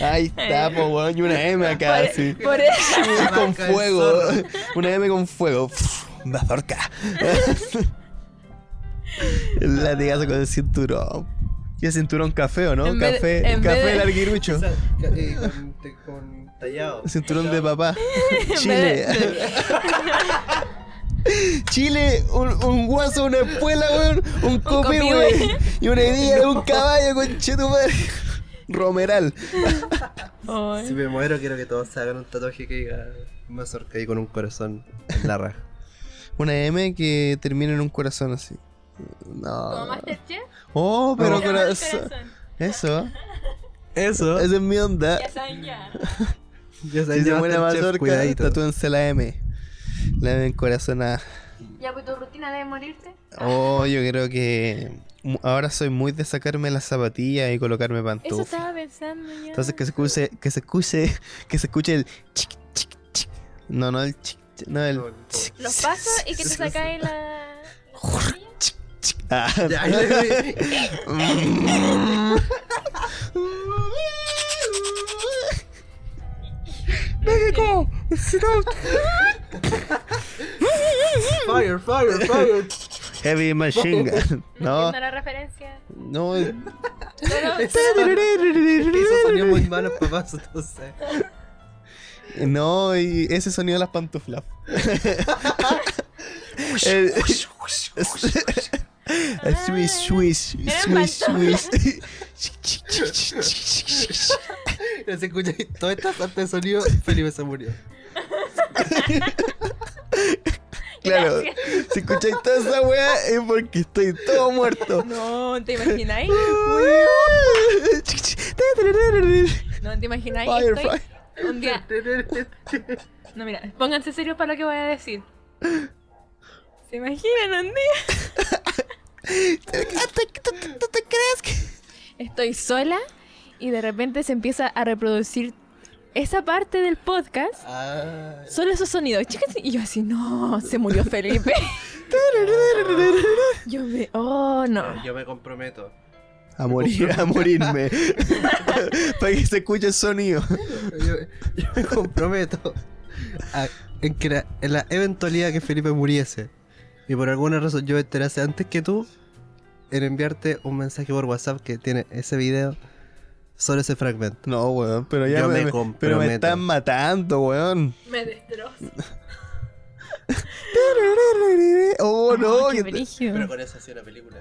Ahí está, po, weón, y una M acá, así.
Por eso.
con fuego. Una M con fuego. Mazorca. El latigazo con el cinturón. Y el cinturón café, ¿o no?
En vez-
café,
en vez
café
de-
larguirucho.
eh, con, tallado.
Cinturón de papá. Chile. Chile, un, un guaso, una espuela, weón, un copi,
copi,
weón,
weón.
y una herida de un caballo, conchetumare. Romeral.
Si me muero, quiero que todos se hagan un tatuaje que diga mazorca y con un corazón en la raja.
Una M que termina en un corazón así.
Como
No.
Masterchef.
Oh, pero
Llama al
corazón. Eso.
Eso.
Esa es mi onda.
Ya saben ya.
Ya
Si se muere
Masterchef,
Mazorca,
cuidadito.
tatúense la M. La M en corazón a...
Ya pues tu rutina de morirte.
Oh, yo creo que... mu- Ahora soy muy de sacarme las zapatillas y colocarme
Eso
pantuflas.
estaba pensando yo.
Entonces que se escuche, que se escuche, que se escuche el chic, chic, chic. No, no el chic, chic, no el chic,
Los
chic,
pasos y
chic,
que te
chic,
sacáis la.
chic, chic. Ah.
Ya, ya,
México,
fire, fire, fire.
Heavy Machine Gun. No,
Entiendo la referencia.
no.
Eso salió muy malos papás, entonces.
No, y ese sonido de las pantuflas. Eh, El- El swish, swish, swish, swish.
No se escucha toda esta parte de sonido. Felipe se murió.
Claro, si escucháis toda esa wea es porque estoy todo muerto.
No, ¿te imagináis? No, ¿te imagináis?
Firefly.
Estoy un día. No, mira, pónganse serios para lo que voy a decir. ¿Se imaginan un día?
¿Tú te crees que.?
estoy sola y de repente se empieza a reproducir esa parte del podcast,
Ah,
solo esos sonidos. chicas, Y yo así, no, se murió Felipe. yo me, oh no.
yo me comprometo.
a morir, a morirme. Para que se escuche el sonido.
Yo, yo me comprometo a- en que la, en la eventualidad que Felipe muriese y por alguna razón yo me enterase antes que tú, en enviarte un mensaje por WhatsApp que tiene ese video sobre ese fragmento.
No, weón, pero ya
Yo me
pero
comprometo.
me están matando, weón.
Me destrozo.
Oh, no.
Oh, qué
que-
brígido.
con esa sí una película.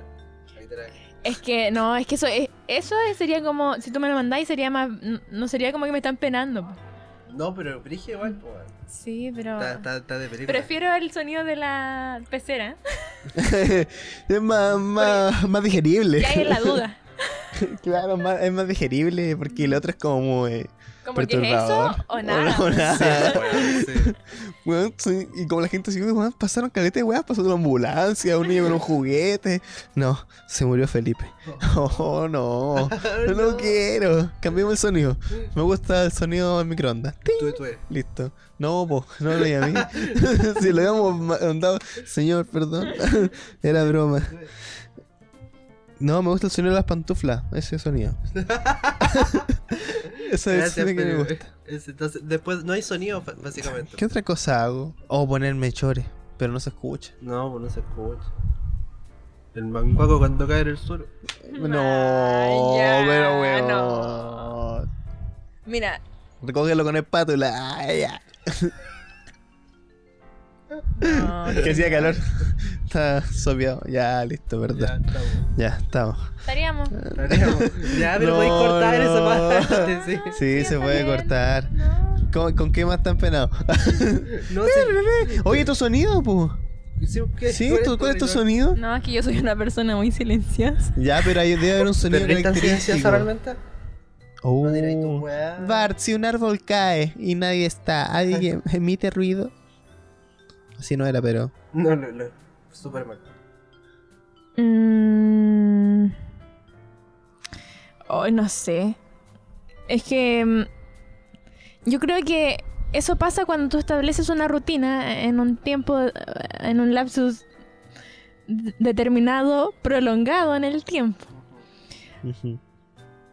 Es que no, es que eso es, eso es- sería como, si tú me lo mandáis sería más, n- no sería como que me están penando. po.
No, pero Brigio igual, po, weón.
Sí, pero...
Está, está- está de película.
Prefiero el sonido de la pecera.
es más, más, más digerible.
Ya es la duda.
claro, más- es más digerible porque el otro es como... eh,
Como que es eso
Perturbador.
o nada.
O nada.
Sí, weón, sí.
Weón, sí, y como la gente así, weón, pasaron caletes, weón, pasó una ambulancia, un niño con un juguete. No, se murió Felipe. Oh, no. No lo quiero. Cambiemos el sonido. Me gusta el sonido del microondas. ¡Ting!
Tú, tú eres.
Listo. No, po, no lo llamé. si lo habíamos ma- mandado. Señor, perdón. Era broma. No, me gusta el sonido de las pantuflas. Ese sonido. Ese es
Gracias,
el que me
Felipe.
gusta.
eh, Es- Entonces, después no hay sonido, fa- básicamente.
¿Qué otra cosa hago? O ponerme chores, pero no se escucha.
No, pues no se escucha. El manguaco cuando cae en el suelo.
No,
ya,
pero weón.
no. Mira,
Recógelo con espátula. Ay, ya.
no,
Que hacía calor. Está sopeado. Ya, listo,
Ya,
¿verdad?
está bueno.
Ya, estamos.
estaríamos.
Ya, pero
No,
podéis cortar
no.
esa parte, sí.
Sí, se
está
puede
bien.
cortar.
No.
¿Con, con qué más están penados?
No sé.
Oye, tu sonido, po.
Sí, ¿qué?
Sí,
¿Cuál es
tu- ¿cuál es tu
nivel?
sonido?
No, es que yo soy una persona muy silenciosa.
Ya, pero ahí debe haber un sonido
¿Pero es tan silenciosa
característico.
realmente?
Oh.
No diré tu weá.
Bart, si un árbol cae y nadie está, ¿alguien emite ruido? Así no era, pero.
No, no, no. Súper mal.
Mm. Ay, no sé. Es que mm, yo creo que eso pasa cuando tú estableces una rutina en un tiempo, eh, en un lapsus d- determinado, prolongado en el tiempo.
Ujú.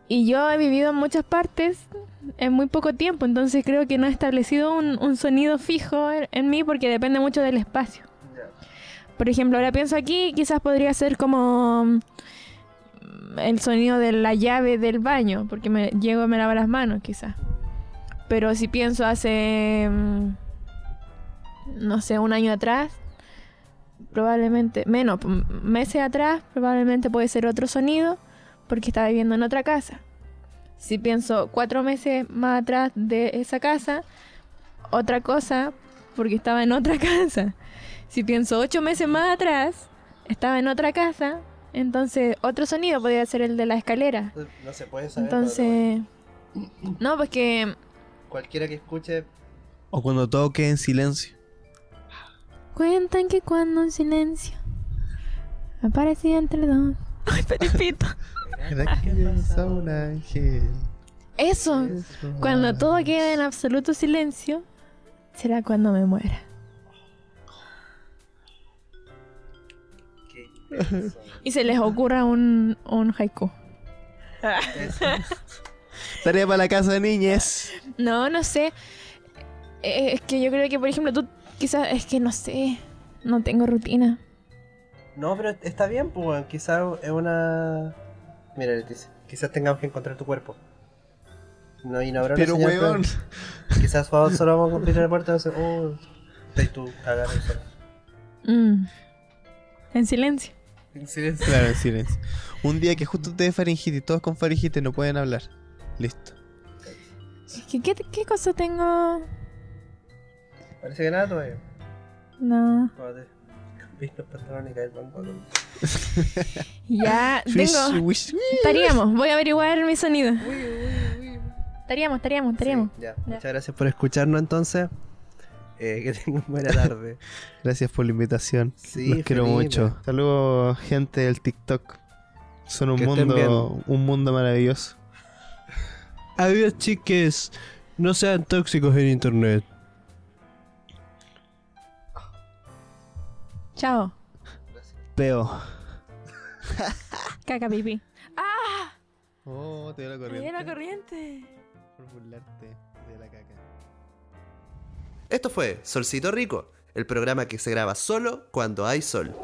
Y yo he vivido en muchas partes en muy poco tiempo, entonces creo que no he establecido un, un sonido fijo en, en mí porque depende mucho del espacio.
Ya.
Por ejemplo, ahora pienso aquí, quizás podría ser como mm, el sonido de la llave del baño, porque me llego y me lavo las manos, quizás. Pero si pienso hace, mm, no sé, un año atrás, probablemente, menos, p- meses atrás, probablemente puede ser otro sonido, porque estaba viviendo en otra casa. Si pienso cuatro meses más atrás de esa casa, otra cosa, porque estaba en otra casa. Si pienso ocho meses más atrás, estaba en otra casa, entonces otro sonido podría ser el de la escalera.
No se puede saber. Entonces.
Entonces, no, pues que
Cualquiera que escuche.
O cuando todo quede en silencio.
cuentan que cuando un silencio aparecía entre dos. Ay, Felipito.
¿Verdad que eres un ángel?
Eso, cuando todo queda en absoluto silencio, será cuando me muera.
que- eso.
Y se les ocurra un, un haiku.
Eso.
Tarea para la casa de niñas.
No, no sé. Eh, Es que yo creo que, por ejemplo, tú quizás, es que no sé, no tengo rutina.
No, pero está bien, pues, weón. Quizás es una. Mira, Leticia. Quizás tengamos que encontrar tu cuerpo. No, y no habrá una
Pero
señal,
weón.
Quizás solo solo vamos a cumplir la puerta. Entonces, oh, y tú, cagar el sol.
Mm. En silencio.
En silencio.
Claro, en silencio. Un día que justo te dé faringitis, todos con faringitis no pueden hablar. Listo.
Es que, ¿qué, qué cosa tengo?
Parece que nada, todavía.
No.
Cuando te cambias los pantalones y cae el banco.
Ya,
Swish,
tengo.
swish, swish.
Estaríamos, voy a averiguar mi sonido. Estaríamos, estaríamos, estaríamos.
Sí, ya. Muchas gracias por escucharnos, entonces. Eh, que tengan buena tarde.
Gracias por la invitación.
Sí,
Los quiero
Felipe.
mucho. Saludos, gente del TikTok. Son un
Que estén
mundo, un mundo maravilloso.
Adiós, chiques. No sean tóxicos en internet.
Chao.
Peo.
Caca, pipí.
Oh, te dio la
Me
corriente.
dio la corriente.
Por burlarte de la caca.
Esto fue Solcito Rico, el programa que se graba solo cuando hay sol.